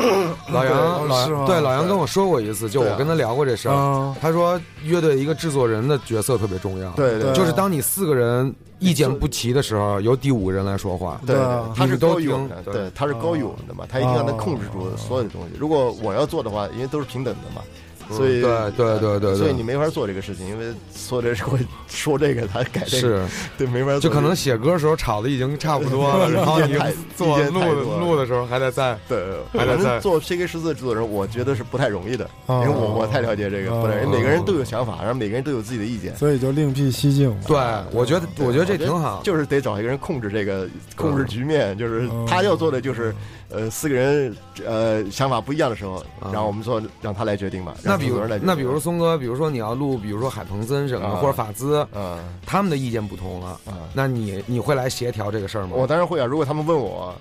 Speaker 5: 老杨
Speaker 4: 对
Speaker 5: 老
Speaker 4: 是吗
Speaker 5: 对老杨跟我说过一次，就
Speaker 6: 对啊嗯
Speaker 5: 我跟他聊过这事儿，
Speaker 4: 啊，
Speaker 5: 他说乐队一个制作人的角色特别重要，，
Speaker 6: 对对
Speaker 4: 对
Speaker 5: 就是当你四个人意见不齐的时候，由第五个人来说话，
Speaker 6: 对
Speaker 4: 对啊
Speaker 6: 对，他
Speaker 5: 你
Speaker 6: 是
Speaker 5: 们都
Speaker 6: 高于我们的，
Speaker 5: 听对哦
Speaker 6: 对，他是高于我们的嘛，他一定要能控制住所有的东西。如果我要做的话，因为都是平等的嘛，所以
Speaker 5: 嗯对对对对对
Speaker 6: 所以你没法做这个事情，因为所有的人会说这个，他改这
Speaker 5: 是，
Speaker 6: 个，对，没法做这个。
Speaker 5: 就可能写歌的时候吵的已经差不多了，然后你
Speaker 6: 太
Speaker 5: 做
Speaker 6: 意见
Speaker 5: 录
Speaker 6: 太
Speaker 5: 的
Speaker 6: 多了
Speaker 5: 录的时候还得在，
Speaker 6: 对，
Speaker 5: 还
Speaker 6: 反
Speaker 5: 得在
Speaker 6: 正做 PK 十四制作人，我觉得是不太容易的，因
Speaker 4: 哦
Speaker 6: 为我我太了解这个，
Speaker 4: 哦
Speaker 6: 不然每个人都有想法，然后每个人都有自己的意见。
Speaker 4: 所以就另辟蹊径嘛。
Speaker 5: 对我觉得我觉得这挺好，
Speaker 6: 就是得找一个人控制这个控制局面，就是
Speaker 4: 哦
Speaker 6: 他要做的就是，呃，四个人呃想法不一样的时候，然后我们做让他来决定吧。
Speaker 5: 哦那
Speaker 6: 让
Speaker 5: 比
Speaker 6: 制
Speaker 5: 如
Speaker 6: 作人来决定
Speaker 5: 那比如松哥，比如说你要录，比如说海鹏森什么的，
Speaker 6: 啊
Speaker 5: 或者法兹，
Speaker 6: 嗯
Speaker 5: 他们的意见不同了，
Speaker 6: 嗯，
Speaker 5: 那你你会来协调这个事儿吗？
Speaker 6: 我当然会啊。如果他们问我，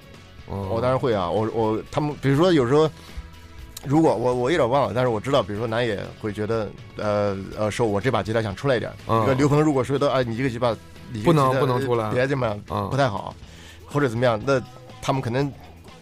Speaker 5: 嗯
Speaker 6: 我当然会啊。我我他们比如说有时候。如果我我有点忘了，但是我知道，比如说南野会觉得，呃呃，说我这把吉他想出来一点。
Speaker 5: 嗯
Speaker 6: 那个刘鹏如果说的，哎，你这个吉他，你
Speaker 5: 不
Speaker 6: 这个
Speaker 5: 能
Speaker 6: 吉他
Speaker 5: 不能出来
Speaker 6: 别这么样，
Speaker 5: 啊
Speaker 6: 不太好，或者怎么样，那他们可能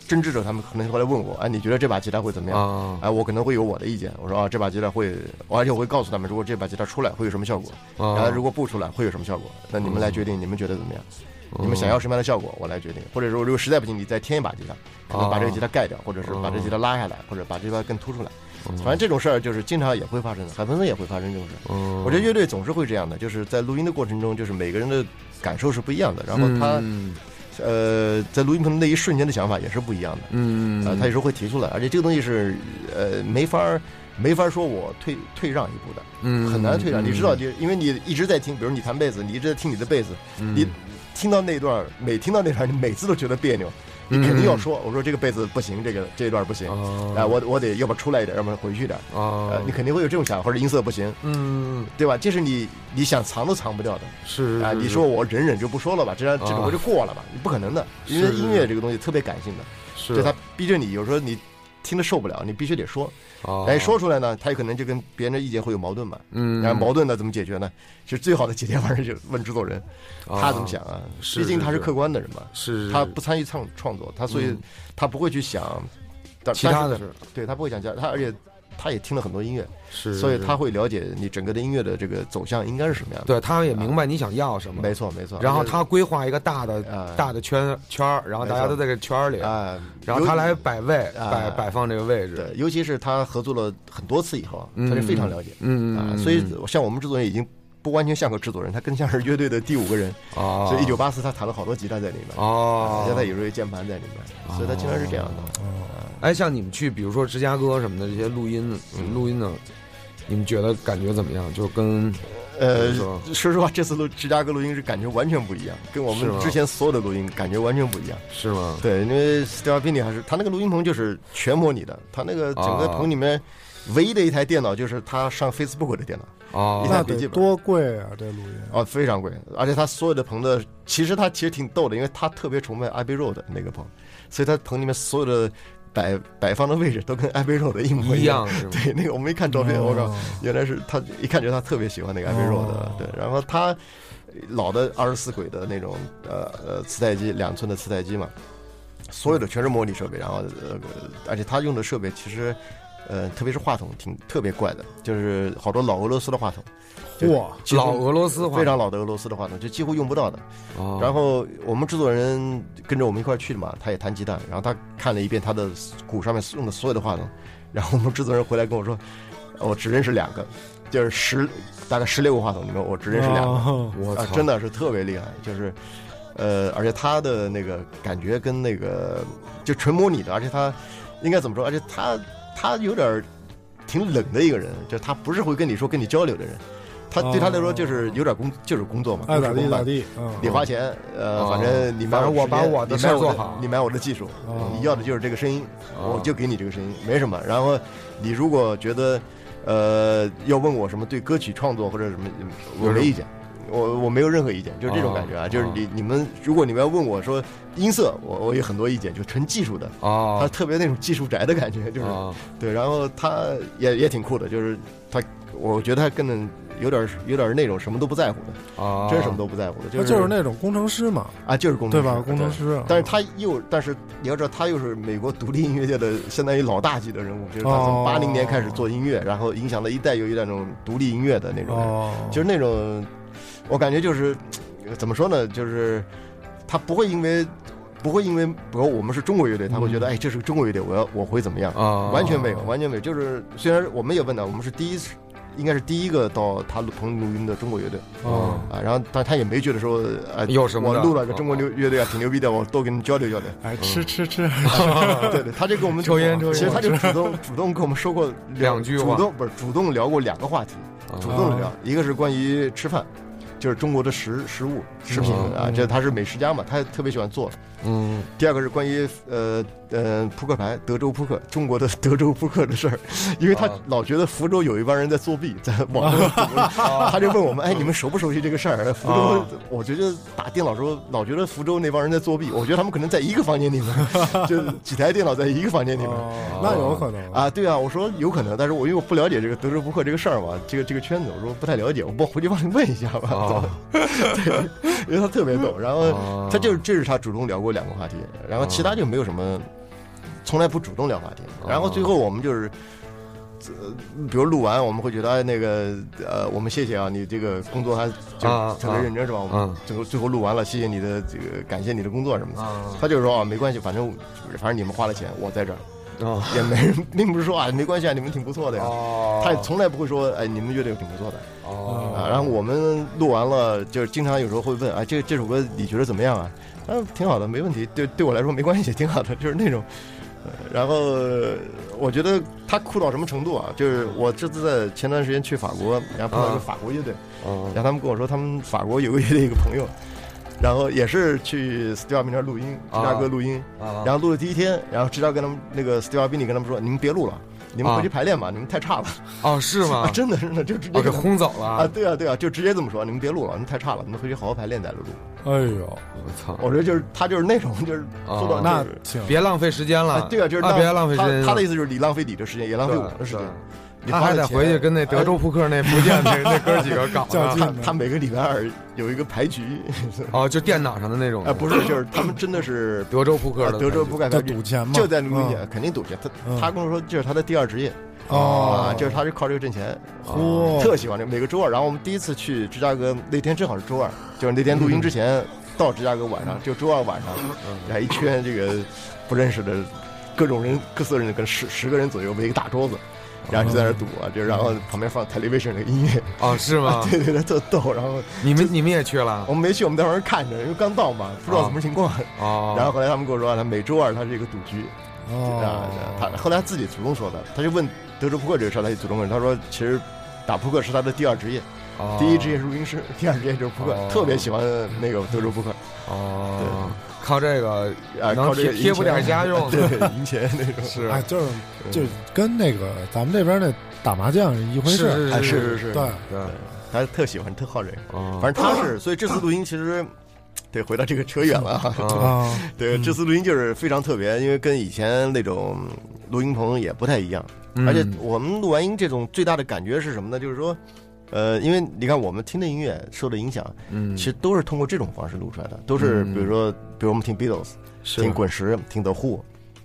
Speaker 6: 争执者，他们可能会来问我，哎，你觉得这把吉他会怎么样？
Speaker 5: 啊
Speaker 6: 哎，我可能会有我的意见，我说啊，这把吉他会，而且我会告诉他们，如果这把吉他出来会有什么效果，
Speaker 5: 啊
Speaker 6: 然后如果不出来会有什么效果，那你们来决定，你们觉得怎么样？
Speaker 5: 嗯
Speaker 6: 你们想要什么样的效果，我来决定。或者说，如果实在不行，你再添一把吉他，可能把这个吉他盖掉，或者
Speaker 5: 嗯
Speaker 6: 是把这个吉他拉下来，或者把这把更突出来。反正这种事儿就是经常也会发生的，海鹏森也会发生这种事儿。
Speaker 5: 嗯
Speaker 6: 我觉得乐队总是会这样的，就是在录音的过程中，就是每个人的感受是不一样的，然后他、
Speaker 5: 嗯
Speaker 6: 呃在录音棚的那一瞬间的想法也是不一样的，
Speaker 5: 嗯
Speaker 6: 呃，他有时候会提出来，而且这个东西是呃没法儿没法儿说我退退让一步的，
Speaker 5: 嗯
Speaker 6: 很难退让。
Speaker 5: 嗯
Speaker 6: 你知道，就因为你一直在听，比如你弹贝斯，你一直在听你的贝斯，
Speaker 5: 嗯
Speaker 6: 你听到那段儿，每听到那段儿，你每次都觉得别扭，你肯定要说，我说这个贝斯不行，这个这一段儿不行，
Speaker 5: 嗯哦
Speaker 6: 哎，我我得要不出来一点，要不然回去一点，呃
Speaker 5: 啊，
Speaker 6: 你肯定会有这种想法，或者音色不行，
Speaker 5: 嗯
Speaker 6: 对吧？这是你你想藏都藏不掉的。
Speaker 5: 是
Speaker 6: 啊，
Speaker 5: 是
Speaker 6: 你
Speaker 5: 是
Speaker 6: 说我忍忍就不说了吧，这样
Speaker 5: 啊
Speaker 6: 这种我就过了吧，你不可能的，因
Speaker 5: 是
Speaker 6: 为
Speaker 5: 是
Speaker 6: 音乐这个东西特别感性的，
Speaker 5: 是啊
Speaker 6: 对它逼着你，有时候你听着受不了，你必须得说。
Speaker 5: 哦，
Speaker 6: 哎，说出来呢，他有可能就跟别人的意见会有矛盾嘛。
Speaker 5: 嗯，
Speaker 6: 然后矛盾呢怎么解决呢？其实最好的解决方式就是问制作人，
Speaker 5: 哦
Speaker 6: 他怎么想啊？
Speaker 5: 是
Speaker 6: 毕竟
Speaker 5: 是
Speaker 6: 他是
Speaker 5: 是
Speaker 6: 客观的人嘛，
Speaker 5: 是是
Speaker 6: 他不参与创创作，他所以
Speaker 5: 嗯
Speaker 6: 他不会去想但
Speaker 5: 其他
Speaker 6: 但
Speaker 5: 的
Speaker 6: 是
Speaker 5: 事
Speaker 6: 对他不会想其他，他而且他也听了很多音乐，
Speaker 5: 是，
Speaker 6: 所以
Speaker 5: 是
Speaker 6: 他会了解你整个的音乐的这个走向应该是什么样的。
Speaker 5: 对他也明白你想要什么，
Speaker 6: 没错没错。
Speaker 5: 然后
Speaker 6: 而且
Speaker 5: 他规划一个大的、
Speaker 6: 呃
Speaker 5: 大的圈圈儿，然后大家
Speaker 6: 没
Speaker 5: 都
Speaker 6: 错
Speaker 5: 在这个圈儿里，
Speaker 6: 啊，
Speaker 5: 然后
Speaker 6: 尤
Speaker 5: 他来摆位、
Speaker 6: 啊
Speaker 5: 摆摆放这个位置，
Speaker 6: 对，尤其是他合作了很多次以后啊，
Speaker 5: 嗯
Speaker 6: 他就非常了解
Speaker 5: 嗯，嗯
Speaker 6: 啊，
Speaker 5: 嗯
Speaker 6: 所以
Speaker 5: 嗯
Speaker 6: 像我们制作人已经。不完全像个制作人，他更像是乐队的第五个人。
Speaker 5: 哦，
Speaker 6: 所以一九八四他弹了好多吉他在里面，
Speaker 5: 哦，
Speaker 6: 现在有时候有键盘在里
Speaker 5: 啊
Speaker 6: 面，所以他经常是这样的。
Speaker 5: 哎，像你们去，比如说芝加哥什么的这些录音、
Speaker 6: 嗯
Speaker 5: 录音呢，你们觉得感觉怎么样？就跟
Speaker 6: 呃
Speaker 5: 没错，
Speaker 6: 说实话，这次录芝加哥录音是感觉完全不一样，跟我
Speaker 5: 是吗
Speaker 6: 们之前所有的录音感觉完全不一样。
Speaker 5: 是吗？
Speaker 6: 对，因为 Steve Bini 还是他那个录音棚就是全模拟的，他那个整
Speaker 5: 啊
Speaker 6: 个棚里面唯一的一台电脑就是他上 Facebook 的电脑，
Speaker 5: 哦
Speaker 6: 一，
Speaker 4: 那
Speaker 6: 台笔记
Speaker 4: 得
Speaker 6: 本
Speaker 4: 多贵啊！这录音
Speaker 6: 哦，非常贵，而且他所有的棚的，其实他其实挺逗的，因为他特别崇拜 Abbey Road 那个棚，所以他棚里面所有的摆摆放的位置都跟 Abbey Road 的一模
Speaker 5: 一
Speaker 6: 样。
Speaker 5: 样是吗？
Speaker 6: 对，那个我们一看照片，我靠
Speaker 4: 哦，
Speaker 6: 原来是他，一看就他特别喜欢那个 Abbey Road 的
Speaker 4: 哦，
Speaker 6: 对，然后他老的二十四轨的那种呃呃磁带机，两寸的磁带机嘛，所有的全是模拟设备，然后呃，而且他用的设备其实。呃，特别是话筒挺特别怪的，就是好多老俄罗斯的话筒，对
Speaker 4: 嚯，
Speaker 6: 几乎
Speaker 5: 老俄罗斯话
Speaker 6: 非常老的俄罗斯的话筒，就几乎用不到的。
Speaker 5: 哦
Speaker 6: 然后我们制作人跟着我们一块儿去的嘛，他也弹吉他，然后他看了一遍他的鼓上面用的所有的话筒，然后我们制作人回来跟我说，哦我只认识两个，就是十大概十六个话筒里面我只认识两个，
Speaker 4: 哦
Speaker 5: 我
Speaker 6: 啊
Speaker 5: 操，，
Speaker 6: 真的是特别厉害，就是，呃，而且他的那个感觉跟那个就纯模拟的，而且他应该怎么说？而且他他有点儿挺冷的一个人，就是他不是会跟你说跟你交流的人，他对他来说就是有点工就是工作嘛，
Speaker 4: [laughs] 哦爱咋
Speaker 6: 就
Speaker 4: 地
Speaker 6: 是工作
Speaker 4: 咋地，嗯，
Speaker 6: 你花钱，呃，
Speaker 5: 哦
Speaker 6: 反正你买
Speaker 5: 反正我
Speaker 6: 时间
Speaker 5: 把我的
Speaker 6: 你
Speaker 5: 事儿
Speaker 6: 买我
Speaker 5: 做
Speaker 6: 的
Speaker 5: 好
Speaker 6: 你买我的技术
Speaker 4: 哦，
Speaker 6: 你要的就是这个声音，
Speaker 5: 哦
Speaker 6: 我就给你这个声音，没什么。然后你如果觉得，呃，要问我什么对歌曲创作或者什么，嗯我
Speaker 5: 有什么
Speaker 6: 没意见，我我没有任何意见，就是这种感觉
Speaker 5: 哦
Speaker 6: 啊，就是你你们如果你们要问我说音色，我我有很多意见，就纯技术的。他
Speaker 5: 哦，
Speaker 6: 特别那种技术宅的感觉，就是、
Speaker 5: 哦
Speaker 6: 对，然后他也也挺酷的，就是他，我觉得他更有点有点那种什么都不在乎的，
Speaker 5: 哦，
Speaker 6: 真是什么都不在乎的，
Speaker 4: 他就是那种工程师嘛，
Speaker 6: 啊，就是工程
Speaker 4: 对
Speaker 6: 师
Speaker 4: 吧？工程。
Speaker 6: 对
Speaker 4: 师，
Speaker 6: 但是他又，但是你要知道，他又是美国独立音乐界的相当于老大级的人物，就是他从
Speaker 4: 哦
Speaker 6: 八零年开始做音乐，然后影响了一代又一代那种独立音乐的那种人，
Speaker 4: 哦，
Speaker 6: 就是那种，我感觉就是呃怎么说呢，就是他不会因为不会因为，比如我们是中国乐队，他会
Speaker 4: 嗯
Speaker 6: 觉得、哎，这是个中国乐队，我要我会怎么样？
Speaker 4: 哦
Speaker 5: 啊，
Speaker 6: 完全没有，完全没有。就是虽然我们也问了，我们是第一，应该是第一个到他录棚录音的中国乐队，
Speaker 4: 哦
Speaker 6: 啊，然后但他也没觉得说，呃，
Speaker 5: 有什么
Speaker 6: 我
Speaker 5: 的
Speaker 6: 录了个中国流乐队啊，挺牛逼的，我多跟你交流交
Speaker 5: [laughs]
Speaker 6: 流。
Speaker 4: 哎，吃吃
Speaker 6: 嗯
Speaker 4: 吃，
Speaker 6: 对对，他就跟我们
Speaker 5: 抽烟抽烟
Speaker 6: 其实他就主动主动跟我们
Speaker 5: [laughs]
Speaker 6: 说过
Speaker 5: 两句话哦
Speaker 6: 主动不是主动聊过两个话题，主动聊，一个是关于吃饭。就是中国的食食物、食品
Speaker 5: 嗯
Speaker 6: 啊，这他是美食家嘛，他特别喜欢做。 [laughs]
Speaker 5: 嗯，
Speaker 6: 第二个是关于呃呃扑克牌，德州扑克，中国的德州扑克的事儿，因为他
Speaker 5: 啊
Speaker 6: 老觉得福州有一帮人在作弊，在网
Speaker 5: [laughs]
Speaker 6: 络他就问我们，哎，你们熟不熟悉这个事儿？福州
Speaker 5: 啊，
Speaker 6: 我觉得打电脑时候老觉得福州那帮人在作弊，我觉得他们可能在一个房间
Speaker 5: [laughs]
Speaker 6: 里面，就几台电脑在一个房间里面。
Speaker 5: 啊
Speaker 4: 哦那有可能，
Speaker 6: 啊，对啊，我说有可能，但是我因为我不了解这个德州扑克这个事儿嘛，这个这个圈子，我说不太了解，我帮回去帮你问一下吧， [laughs]
Speaker 5: 哦
Speaker 6: 对，因为他特别懂，然
Speaker 5: 哦
Speaker 6: 后他就是这是他主动聊过两个话题，然后其他就没有什么，从来不主动聊话题，
Speaker 5: 哦
Speaker 6: 然后最后我们就是。呃，比如录完，我们会觉得哎，那个呃，我们谢谢啊，你这个工作还
Speaker 5: 啊
Speaker 6: 就特别认真是吧？我
Speaker 5: 啊
Speaker 6: 们最后最后录完了，谢谢你的这个，感谢你的工作什么的。
Speaker 5: 啊
Speaker 6: 他就说啊，没关系，反正反正你们花了钱，我在这儿，
Speaker 5: 啊，
Speaker 6: 也没人， [laughs] 并不是说啊，没关系啊，你们挺不错的呀。
Speaker 5: 哦，
Speaker 6: 他也从来不会说，哎，你们乐队挺不错的
Speaker 5: 哦
Speaker 6: 啊。然后我们录完了，就是经常有时候会问，啊，这这首歌你觉得怎么样啊？嗯、挺好的，没问题，对对我来说没关系，挺好的，就是那种。呃然后呃我觉得他酷到什么程度啊？就是我这次在前段时间去法国，然后碰到一个
Speaker 5: 啊
Speaker 6: 法国乐队，
Speaker 5: 哦
Speaker 6: 然后他们跟我说，他们法国有个乐队一个朋友，然后也是去 Steve 那儿录音，芝加哥录音，
Speaker 5: 啊，
Speaker 6: 然后录的第一天，然后直到跟他们那个 Steve Albini 跟他们说，你们别录了，你们回去
Speaker 5: 啊
Speaker 6: 排练吧，你们太差了
Speaker 5: 哦是吗？
Speaker 6: [laughs] 真的真的就直接
Speaker 5: 我给
Speaker 6: 跟他们
Speaker 5: 轰走
Speaker 6: 啊，
Speaker 5: 了
Speaker 6: 对啊对啊，就直接这么说，你们别录了，你们太差了，你们回去好好排练再录。
Speaker 4: 哎呦，
Speaker 5: 我操！
Speaker 6: 我觉得就是他就是那种就是做到、
Speaker 5: 啊
Speaker 4: 那
Speaker 6: 就是
Speaker 4: 挺
Speaker 5: 别浪费时间
Speaker 6: 哎
Speaker 5: 了，
Speaker 6: 对啊，就是
Speaker 5: 啊，
Speaker 6: 浪
Speaker 5: 别浪费时间了。
Speaker 6: 他他的意思就是你浪费你的时间，也浪费
Speaker 5: 对
Speaker 6: 我的时间
Speaker 5: 对。
Speaker 6: 你
Speaker 5: 他
Speaker 6: 花
Speaker 5: 还
Speaker 6: 了
Speaker 5: 得
Speaker 6: 钱哎啊
Speaker 5: 回去跟那德州啊扑克那福
Speaker 6: [laughs]
Speaker 5: 建那那哥几个搞
Speaker 4: 较劲
Speaker 5: 呢。
Speaker 6: 他他每个礼拜二有一个牌局，
Speaker 5: 哦，就电脑上的那种。
Speaker 6: 哎，不是，就是他们真的是
Speaker 5: 德州扑克的
Speaker 6: 啊
Speaker 5: 感觉，
Speaker 6: 德州扑克
Speaker 4: 这
Speaker 6: 牌局
Speaker 4: 赌钱嘛，
Speaker 6: 就在那边
Speaker 4: 嗯
Speaker 6: 也肯定赌钱。他
Speaker 4: 嗯
Speaker 6: 他跟我说这是他的第二职业
Speaker 4: 哦
Speaker 6: 啊，，就是他就靠这个挣钱，啊
Speaker 5: 哦
Speaker 4: 嚯
Speaker 6: 特喜欢这个。每个周二，然后我们第一次去芝加哥那天正好是周二，就是那天录音之
Speaker 4: 嗯
Speaker 6: 前到芝加哥晚上，就周二晚上，来一圈这个不认识的各种人各色人，跟十十个人左右围一个大桌子。然后就在
Speaker 4: 嗯
Speaker 6: 那儿赌啊，就然后旁边放 television 的音乐，
Speaker 5: 哦，是
Speaker 4: 啊
Speaker 5: 吗？
Speaker 6: [laughs] 啊对哦对对，特逗。然后
Speaker 5: 你们你们也去了
Speaker 6: 我？们没去，我们在旁边看着，因为刚到嘛，不知
Speaker 4: 啊
Speaker 6: 道什么情况。
Speaker 5: 哦，
Speaker 6: 然后后来他们跟我说，啊他每周二他是一个赌局，啊，他
Speaker 4: 哦，
Speaker 6: 后来他自己主动说的，他就问德州扑克这个事儿，他就主动问，他说其实打扑克是他的第二职业，
Speaker 5: 哦
Speaker 6: 第一职业是录音师，第二职业就是扑克，
Speaker 5: 哦
Speaker 6: 特别喜欢那个德州扑克，
Speaker 5: 哦，靠这个
Speaker 6: 啊，
Speaker 5: 能
Speaker 6: 靠这
Speaker 5: 贴贴
Speaker 6: 个
Speaker 5: 补
Speaker 6: 赢钱
Speaker 5: 点家用
Speaker 6: 对，赢钱那种，
Speaker 5: 是
Speaker 4: 哎，就是
Speaker 6: 嗯
Speaker 4: 就跟那个咱们这边那打麻将是一回
Speaker 5: 是
Speaker 4: 事，
Speaker 6: 哎
Speaker 5: 是
Speaker 6: 是是是，
Speaker 4: 对，
Speaker 5: 对，
Speaker 6: 他特喜欢，特好这个，
Speaker 5: 哦，
Speaker 6: 反正他是，所以这次录音其实。对，回到这个扯远了啊。
Speaker 5: 啊
Speaker 4: 啊，
Speaker 6: 对，这次录音就是非常特别，因为跟以前那种录音棚也不太一样。
Speaker 5: 嗯
Speaker 6: 而且我们录完音，这种最大的感觉是什么呢？就是说，呃，因为你看我们听的音乐受的影响，
Speaker 5: 嗯，
Speaker 6: 其实都是通过这种方式录出来的，都是
Speaker 5: 嗯
Speaker 6: 比如说，比如我们听 Beatles、
Speaker 5: 是
Speaker 6: 听滚石、听 The Who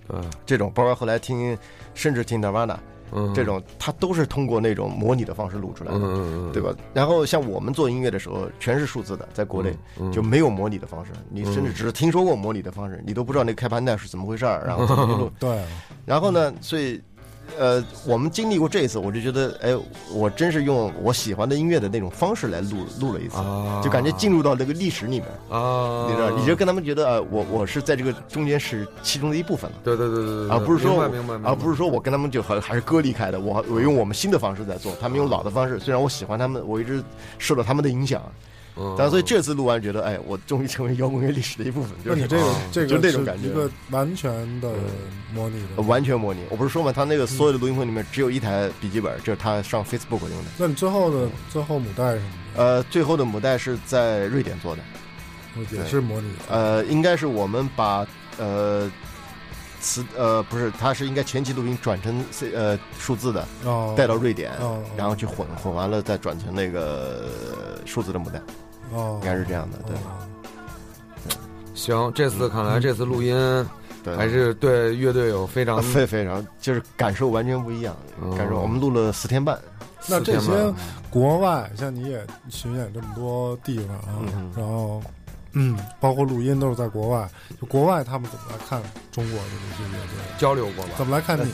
Speaker 5: 对，
Speaker 6: 这种，包括后来听，甚至听 Nirvana
Speaker 5: 嗯，
Speaker 6: 这种，它都是通过那种模拟的方式录出来
Speaker 5: 嗯，
Speaker 6: 的，
Speaker 5: 嗯嗯，
Speaker 6: 对吧？然后像我们做音乐的时候，全是数字的，在国内。
Speaker 5: 嗯？嗯嗯
Speaker 6: 就没有模拟的方式，你甚至只是听说过模拟的方式，你都不知道那个开盘带是怎么回事儿，然后怎么录。
Speaker 4: 对，
Speaker 6: 然后呢，所以，呃，我们经历过这一次，我就觉得，哎，我真是用我喜欢的音乐的那种方式来录录了一次，
Speaker 5: 啊，
Speaker 6: 就感觉进入到那个历史里面，
Speaker 5: 啊，
Speaker 6: 你知道，你就跟他们觉得，呃，我我是在这个中间是其中的一部分了。
Speaker 5: 对对对对对，
Speaker 6: 而啊不是说我
Speaker 5: 明白明白，明白
Speaker 6: 而不是说我跟他们就还还是割离开的，我我用我们新的方式在做，他们用老的方式。虽然我喜欢他们，我一直受到他们的影响，
Speaker 5: 嗯
Speaker 6: 但所以这次录完觉得，哎，我终于成为摇滚乐历史的一部分。
Speaker 4: 那
Speaker 6: 就是哦
Speaker 4: 你这个
Speaker 5: 啊
Speaker 4: 这
Speaker 6: 就
Speaker 4: 个
Speaker 6: 那种
Speaker 4: 是
Speaker 6: 感觉嗯哦
Speaker 4: 一个完全的模拟的，
Speaker 6: 完全模拟。我不是说嘛，他那个所有的录音棚里面只有一台笔记本，就是他上 Facebook 用的。
Speaker 4: 那你最后的最后母带是什么
Speaker 6: 呃，最后的母带是在瑞典做的，
Speaker 4: 的？也是模拟的，
Speaker 6: 呃，应该是我们把呃词呃不是，它是应该前期录音转成 C 呃数字的，
Speaker 4: 哦，
Speaker 6: 带到瑞典，
Speaker 4: 哦，
Speaker 6: 然后去混混完了再转成那个呃数字的母带，
Speaker 4: 哦，
Speaker 6: 应该是这样的，对
Speaker 4: 哦
Speaker 5: 行，这次看来这次录音
Speaker 6: 对，
Speaker 5: 还是对乐队有非常
Speaker 6: 嗯啊非非常就是感受完全不一样，
Speaker 5: 嗯
Speaker 6: 感受我们录了四天半，嗯
Speaker 4: 那这
Speaker 5: 四天
Speaker 4: 些国外，像你也巡演这么多地方啊，
Speaker 6: 嗯
Speaker 4: 然后，嗯，包括录音都是在国外，就国外他们怎么来看中国的这些乐队？
Speaker 5: 交流过吧？
Speaker 4: 怎么来看你？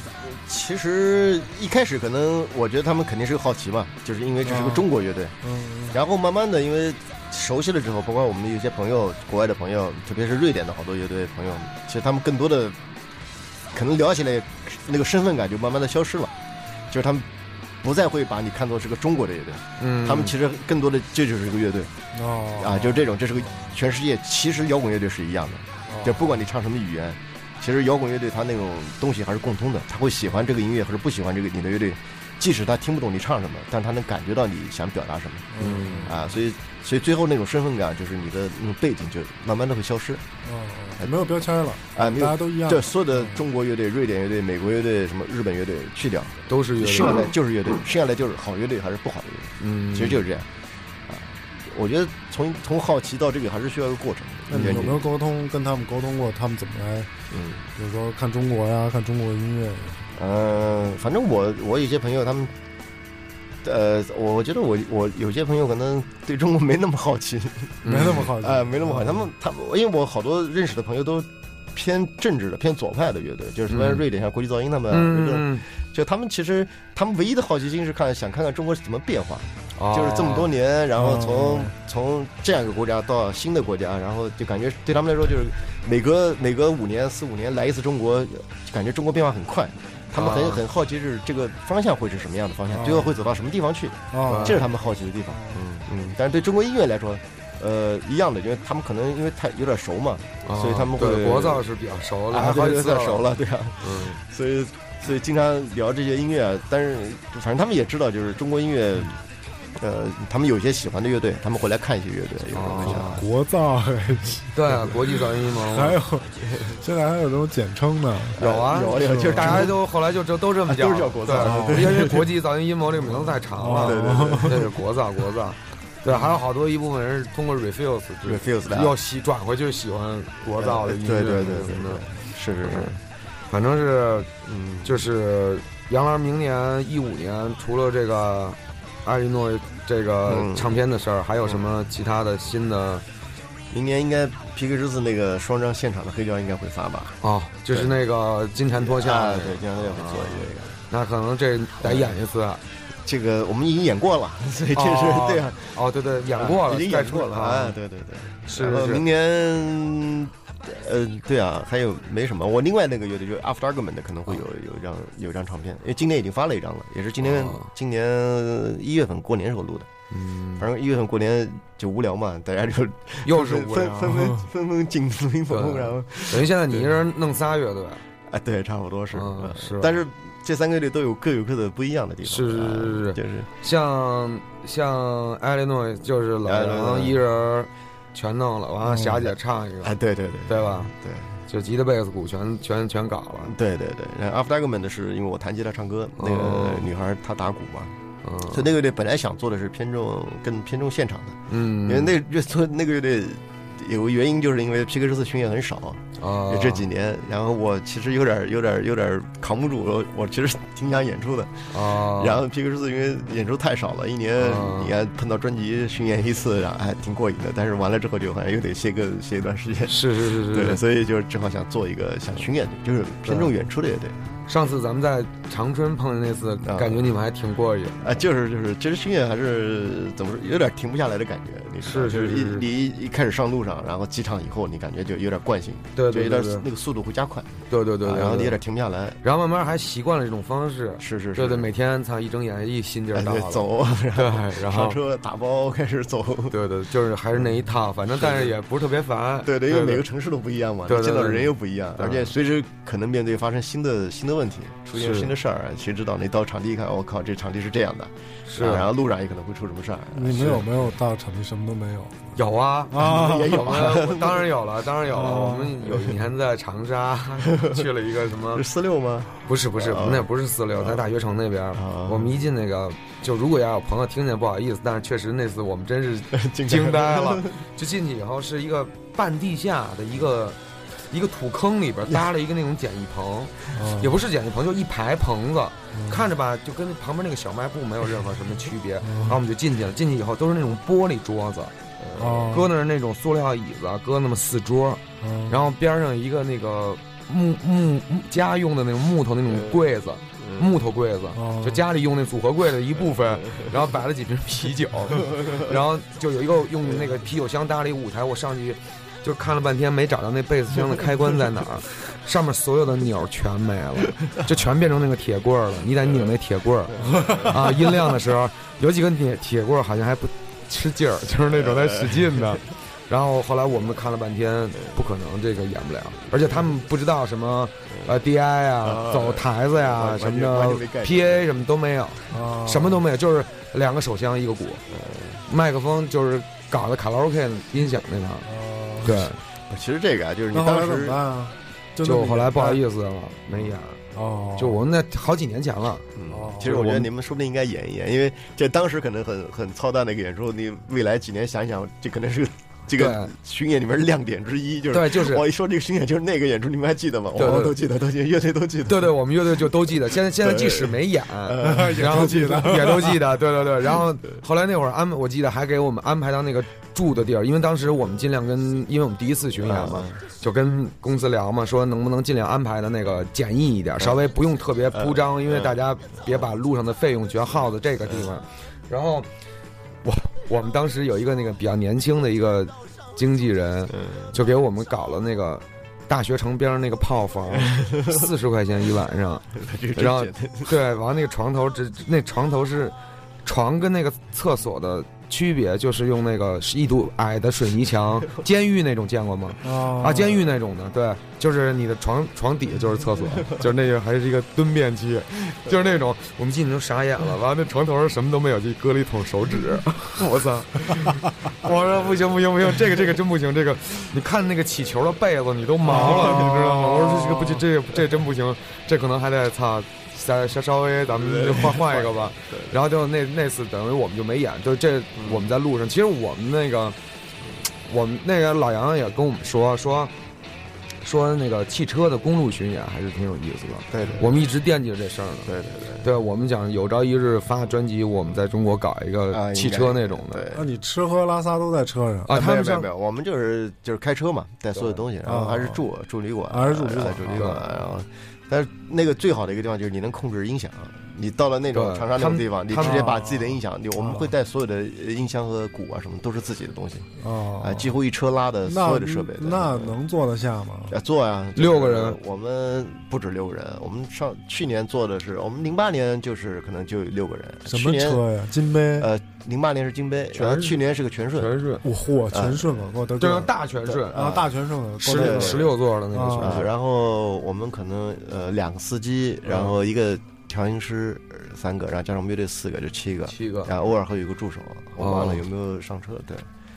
Speaker 6: 其实一开始可能我觉得他们肯定是好奇嘛，就是因为这是个
Speaker 4: 嗯
Speaker 6: 中国乐队，
Speaker 4: 嗯，
Speaker 6: 然后慢慢的，因为熟悉了之后，包括我们有些朋友，国外的朋友，特别是瑞典的好多乐队朋友，其实他们更多的可能聊起来，那个身份感就慢慢的消失了，就是他们不再会把你看作是个中国的乐队，
Speaker 5: 嗯，
Speaker 6: 他们其实更多的这就是一个乐队
Speaker 4: 哦，
Speaker 6: 啊，就是这种，这是个全世界其实摇滚乐队是一样
Speaker 4: 哦
Speaker 6: 的，就不管你唱什么语言。其实摇滚乐队它那种东西还是共通的，他会喜欢这个音乐或者不喜欢这个你的乐队，即使他听不懂你唱什么，但他能感觉到你想表达什么。
Speaker 5: 嗯
Speaker 6: 啊，所以所以最后那种身份感，就是你的那种背景，就慢慢的会消失
Speaker 4: 哦，哦没有标签了，
Speaker 6: 啊，没
Speaker 4: 大家
Speaker 6: 有。
Speaker 4: 都一样，
Speaker 6: 这所有的中国乐队、瑞典乐队、美国乐队、什么日本乐队去掉，
Speaker 5: 都是乐
Speaker 6: 剩下
Speaker 5: 队
Speaker 6: 来，就是乐队，剩下来就是好乐队还是不好的乐队，
Speaker 5: 嗯，
Speaker 6: 其实就是这样。啊，我觉得从从好奇到这个还是需要一个过程的。
Speaker 4: 那你有没有沟通跟他们沟通过？他们怎么来？
Speaker 6: 嗯
Speaker 4: 比如说看中国呀，看中国音乐，
Speaker 6: 呃，反正我我有些朋友他们。呃，我我觉得我我有些朋友可能对中国没那么好奇，
Speaker 5: 嗯
Speaker 4: 没那么好，
Speaker 6: 哎，没那么好。他们他们，因为我好多认识的朋友都偏政治的、偏左派的乐队，就是什么
Speaker 5: 嗯
Speaker 6: 瑞典像国际噪音他们啊，
Speaker 5: 嗯
Speaker 6: 这种
Speaker 5: 嗯，
Speaker 6: 就他们其实他们唯一的好奇心是看想看看中国是怎么变化，
Speaker 5: 哦
Speaker 6: 就是这么多年，然后从
Speaker 4: 哦
Speaker 6: 从这样一个国家到新的国家，然后就感觉对他们来说就是每隔每隔五年四五年来一次中国，就感觉中国变化很快。他们很
Speaker 5: 啊
Speaker 6: 很好奇，就是这个方向会是什么样的方向，
Speaker 4: 哦
Speaker 6: 最后会走到什么地方去，
Speaker 4: 啊，
Speaker 6: 这是他们好奇的地方。
Speaker 5: 嗯，
Speaker 6: 嗯，但是对中国音乐来说，呃，一样的，因为他们可能因为太有点熟嘛，
Speaker 5: 哦
Speaker 6: 所以他们
Speaker 5: 对
Speaker 6: 会
Speaker 5: 国造是比较熟了，
Speaker 6: 啊，
Speaker 5: 好
Speaker 6: 好
Speaker 5: 几
Speaker 6: 久
Speaker 5: 次
Speaker 6: 有点熟，了，对啊，
Speaker 5: 嗯
Speaker 6: 所以啊所以经常聊这些音乐，但是反正他们也知道，就是中国音乐呃，他们有些喜欢的乐队，他们会来看一些乐队，有时
Speaker 5: 哦
Speaker 6: 候会这样。
Speaker 4: 国
Speaker 6: [laughs]
Speaker 4: 造，哎
Speaker 5: 对啊，国际噪音嘛，
Speaker 4: 还有现在还有这种简称呢。
Speaker 5: 有啊
Speaker 6: 有啊，有啊就是啊
Speaker 5: 大家都后来就就都这么讲，
Speaker 6: 都是叫国造
Speaker 5: 对因为国际噪音阴谋这个名字太长
Speaker 6: [laughs]
Speaker 5: 了，
Speaker 4: 哦对
Speaker 5: 对对，那是国造国造。对，还有好多一部分人是通过 refuse 就
Speaker 6: Refuse 的啊
Speaker 5: 又喜转回去喜欢国造的音乐，
Speaker 6: 对对对对
Speaker 5: 什么的嗯
Speaker 6: 对，是是是，
Speaker 5: 反正是嗯，就是杨澜明年一五年除了这个艾莉诺这个
Speaker 6: 嗯
Speaker 5: 唱片的事儿，还有什么其他的新的
Speaker 6: 明年应该 PK 之子那个双张现场的黑胶应该会发吧？
Speaker 5: 哦，就是那个金蝉脱壳那
Speaker 6: 啊
Speaker 5: 个，
Speaker 6: 对，经常也会做一个这个。
Speaker 5: 那可能这得演一次啊。
Speaker 6: 这个我们已经演过了， [laughs] 所以这是
Speaker 5: 哦
Speaker 6: 对啊，
Speaker 5: 哦，对对，演过了，
Speaker 6: 已经
Speaker 5: 再
Speaker 6: 演
Speaker 5: 出
Speaker 6: 过了啊，，对对对。
Speaker 5: 是
Speaker 6: 然后
Speaker 5: 是
Speaker 6: 明年，呃，对啊，还有没什么？我另外那个乐队就是 After Argument 的可能会
Speaker 5: 哦
Speaker 6: 有有一张有一张唱片，因为今年已经发了一张了，也是今年
Speaker 5: 哦
Speaker 6: 今年一月份过年时候录的。
Speaker 5: 嗯，
Speaker 6: 反正一月份过年就无聊嘛，大家就
Speaker 5: [laughs] 又是
Speaker 6: 分 [laughs]
Speaker 5: 无聊
Speaker 6: 分，
Speaker 5: [laughs]
Speaker 6: 分分分分进录音棚，
Speaker 5: 对
Speaker 6: 然后
Speaker 5: 等于现在你一个人弄仨乐队，
Speaker 6: 啊，对，差不多是
Speaker 5: 嗯
Speaker 6: 嗯
Speaker 5: 是
Speaker 6: 但是这三个乐队都有各有各的不一样的地方，
Speaker 5: 是是是是
Speaker 6: 啊就是
Speaker 5: 像像艾莉诺就是老
Speaker 6: 哎对
Speaker 5: 杨
Speaker 6: 对
Speaker 5: 一人全弄了，完了
Speaker 4: 嗯
Speaker 5: 霞姐唱一个
Speaker 6: 啊，，对对对
Speaker 5: 对吧？
Speaker 6: 对。
Speaker 5: 就吉他、贝斯、鼓全全全搞了，
Speaker 6: 对对对，然后 After Argument 是因为我弹吉他唱歌，那个
Speaker 5: 哦
Speaker 6: 女孩她打鼓嘛，所以
Speaker 5: 嗯
Speaker 6: 那个乐队本来想做的是偏重更偏重现场的，
Speaker 5: 嗯，
Speaker 6: 因为那乐做那个乐队有个原因就是因为 P K 十四巡演很少，
Speaker 5: 啊
Speaker 6: 就这几年，然后我其实有点有点有点扛不住，我我其实挺想演出的，
Speaker 5: 啊，
Speaker 6: 然后 P K 十四因为演出太少了，一年
Speaker 5: 哦
Speaker 6: 你看碰到专辑巡演一次，然后还挺过瘾的，但是完了之后就好像又得歇个歇一段时间。
Speaker 5: 是是是
Speaker 6: 对，
Speaker 5: 是是，
Speaker 6: 所以就是正好想做一个想巡演，就是偏重演出的乐队。
Speaker 5: 上次咱们在长春碰见那次，
Speaker 6: 啊
Speaker 5: 感觉你们还挺过瘾，
Speaker 6: 啊，就是就是，其实巡演还是怎么说，有点停不下来的感觉。你知道
Speaker 5: 是是
Speaker 6: 就是一
Speaker 5: 是是
Speaker 6: 你一一开始上路上，然后机场以后，你感觉就有点惯性，
Speaker 5: 对
Speaker 6: 就
Speaker 5: 对
Speaker 6: 有
Speaker 5: 对
Speaker 6: 点
Speaker 5: 对
Speaker 6: 那个速度会加快，
Speaker 5: 对对对，
Speaker 6: 啊
Speaker 5: 对
Speaker 6: 然后你有，
Speaker 5: 对
Speaker 6: 点停不下来。
Speaker 5: 然后慢慢还习惯了这种方式，
Speaker 6: 是是是，
Speaker 5: 对对，每天操一睁眼一新劲
Speaker 6: 哎
Speaker 5: 儿到
Speaker 6: 对
Speaker 5: 了，
Speaker 6: 走，然
Speaker 5: 对
Speaker 6: 后，
Speaker 5: 然后
Speaker 6: 上车打包开始走。
Speaker 5: 对对，就是还是那一套，反正但是也不是特别烦。
Speaker 6: 对对，因为每个城市都不一样嘛，
Speaker 5: 对对
Speaker 6: 你见到
Speaker 5: 对
Speaker 6: 人又不一样，
Speaker 5: 对
Speaker 6: 而且随时可能面对发生新的新的问题，出现
Speaker 5: 是
Speaker 6: 新的事儿，谁知道你到场地一看，我靠，这场地是这样的，
Speaker 5: 是
Speaker 6: 啊然后路上也可能会出什么事儿。
Speaker 4: 你们有没有到场地什么都没有？
Speaker 5: 有啊
Speaker 4: 啊
Speaker 5: 也有啊，哦我当然有了，当然有了。
Speaker 4: 啊
Speaker 5: 我们有一年在长沙 [laughs] 去了一个什么
Speaker 6: 是，四六吗？
Speaker 5: 不是不是
Speaker 6: 啊，
Speaker 5: 那不是四六，在大学城那边
Speaker 6: 啊，
Speaker 5: 我们
Speaker 6: [laughs]
Speaker 5: 一进那个，就如果要有朋友听见不好意思，但是确实那次我们真是
Speaker 6: 惊
Speaker 5: 惊呆 [laughs] 了，就进去以后是一个半地下的一个。一个土坑里边搭了一个那种简易棚，
Speaker 4: 啊
Speaker 5: 也不是简易棚，就一排棚子，看着吧，就跟旁边那个小卖部没有任何什么区别。
Speaker 4: 哦
Speaker 5: 然后我们就进去了，进去以后都是那种玻璃桌子，
Speaker 4: 啊，
Speaker 5: 搁那儿那种塑料椅子，啊搁那么四桌，
Speaker 4: 嗯
Speaker 5: 然后边上一个那个木木木家用的那种木头那种柜子，木头柜子
Speaker 4: 嗯哦，
Speaker 5: 就家里用那组合柜的一部分，然后摆了几瓶啤酒，然后就有一个用那个啤酒箱搭了一个舞台，我上去。就看了半天，没找到那贝斯箱的开关在哪儿，上面所有的钮儿全没了，就全变成那个铁棍儿了。你得拧那铁棍儿，啊，音量的时候有几个铁铁棍儿好像还不吃劲儿，就是那种在使劲的。然后后来我们看了半天，不可能这个演不了，而且他们不知道什么呃 DI 啊、
Speaker 6: 啊
Speaker 5: 走台子呀、
Speaker 6: 完
Speaker 5: 什
Speaker 6: 全
Speaker 5: 么
Speaker 6: 完
Speaker 5: 的
Speaker 6: 全没概念哦
Speaker 5: PA 什么都没有，
Speaker 4: 啊
Speaker 5: 什么都没有，就是两个手枪一个鼓，
Speaker 6: 嗯
Speaker 5: 麦克风就是搞的卡拉 OK 音响那种。
Speaker 4: 啊
Speaker 5: 对，
Speaker 6: 其实这个啊，就是你
Speaker 4: 那后
Speaker 6: 当
Speaker 4: 来怎么
Speaker 6: 时
Speaker 4: 办啊？就那么
Speaker 5: 就后来不好
Speaker 4: 一
Speaker 5: 意思了，没演。
Speaker 4: 哦，
Speaker 5: 就我们那好几年前了，
Speaker 6: 嗯
Speaker 4: 哦，
Speaker 6: 其实我觉得你们说不定应该演一演，因为这当时可能很很操蛋的一个演出，你未来几年想一想，这可能是这个
Speaker 5: 对
Speaker 6: [laughs] 巡演里面亮点之一，就是
Speaker 5: 对就是
Speaker 6: 我一说这个巡演就是那个演出，你们还记得吗？
Speaker 5: 对对
Speaker 6: 我都记得，都记得，乐队都记得，
Speaker 5: 对对，我们乐队就都记得，现在现在即使没演，
Speaker 6: 嗯
Speaker 5: 然后记得也都记
Speaker 6: [laughs]
Speaker 5: 得，对对对。然后后来那会儿安，我记得还给我们安排到那个住的地儿，因为当时我们尽量跟，因为我们第一次巡演嘛，
Speaker 6: 嗯
Speaker 5: 就跟公司聊嘛，说能不能尽量安排的那个简易一点，
Speaker 6: 嗯
Speaker 5: 稍微不用特别铺张，因为大家别把路上的费用全耗在这个地方。然后我我们当时有一个那个比较年轻的一个经纪人，就给我们搞了那个。大学城边上那个炮房，四十块钱一晚上，
Speaker 6: [laughs] 这这
Speaker 5: 然后
Speaker 6: 这
Speaker 5: 对，完了那个床头只那床头是床跟那个厕所的区别就是用那个一堵矮的水泥墙，监狱那种见过吗？
Speaker 4: 啊
Speaker 5: 啊，监狱那种的，对，就是你的床床底下就是厕所，就是那个还是一个蹲便区，就是那种我们进去都傻眼了，完了那床头上什么都没有，就搁了一桶手纸，我操！我说不行不行不行，这个这个真不行，这个你看那个起球的被子你都毛了，你知道吗？我说这个不行，这个这真不行，这可能还得擦。再稍稍微，咱们就换换一个吧。然后就那那次等于我们就没演，就这
Speaker 6: 嗯
Speaker 5: 我们在路上，其实我们那个我们那个老杨也跟我们说说说那个汽车的公路巡演还是挺有意思的，
Speaker 6: 对对
Speaker 5: 我们一直惦记着这事儿呢。
Speaker 6: 对对对
Speaker 5: 对，我们想有朝一日发专辑，我们在中国搞一
Speaker 6: 啊
Speaker 5: 个汽车那种的
Speaker 6: 对。
Speaker 4: 那你吃喝拉撒都在车上，
Speaker 5: 啊，他们
Speaker 6: 没有没有
Speaker 5: 上
Speaker 6: 没有，我们就是就是开车嘛，带所有东西，然后还是住住旅馆，
Speaker 4: 还是住旅馆
Speaker 6: 啊住旅馆，然后但是那个最好的一个地方就是你能控制音响。你到了那种
Speaker 5: 对
Speaker 6: 长沙那
Speaker 5: 他
Speaker 6: 种
Speaker 5: 们
Speaker 6: 地方，你
Speaker 5: 他
Speaker 6: 直
Speaker 5: 们
Speaker 6: 接把自己的音响，你我们会带所有的音箱和鼓啊什么，都是自己的东西
Speaker 4: 哦
Speaker 6: 啊，几乎一车拉的所
Speaker 4: 那
Speaker 6: 有的设备的。
Speaker 4: 那能坐得下吗？
Speaker 6: 啊，做呀、就是
Speaker 5: 六个人
Speaker 6: 我们不止六个人，我们上去年做的是，我们零八年就是可能就有六个人，
Speaker 4: 什
Speaker 6: 去
Speaker 4: 么
Speaker 6: 年？
Speaker 4: 车呀？金杯？
Speaker 6: 呃，零八年是金杯，
Speaker 5: 全
Speaker 6: 然后去年是个全顺，
Speaker 5: 全是，
Speaker 4: 我嚯，
Speaker 6: 呃
Speaker 4: 全顺了，给我得
Speaker 5: 就
Speaker 4: 罪
Speaker 5: 是
Speaker 4: 了
Speaker 5: 大全是
Speaker 4: 啊，大全顺了，
Speaker 5: 十
Speaker 6: 对
Speaker 5: 六
Speaker 6: 对
Speaker 5: 十六座的那个
Speaker 6: 啊、
Speaker 5: 全是。
Speaker 6: 然后我们可能呃两个司机，
Speaker 5: 嗯
Speaker 6: 然后一个调音师呃三个，然后加上我们乐队四个，就七个。
Speaker 5: 七个，
Speaker 6: 然后偶尔会有一个助手，我忘了
Speaker 5: 哦
Speaker 6: 有没有上车，对，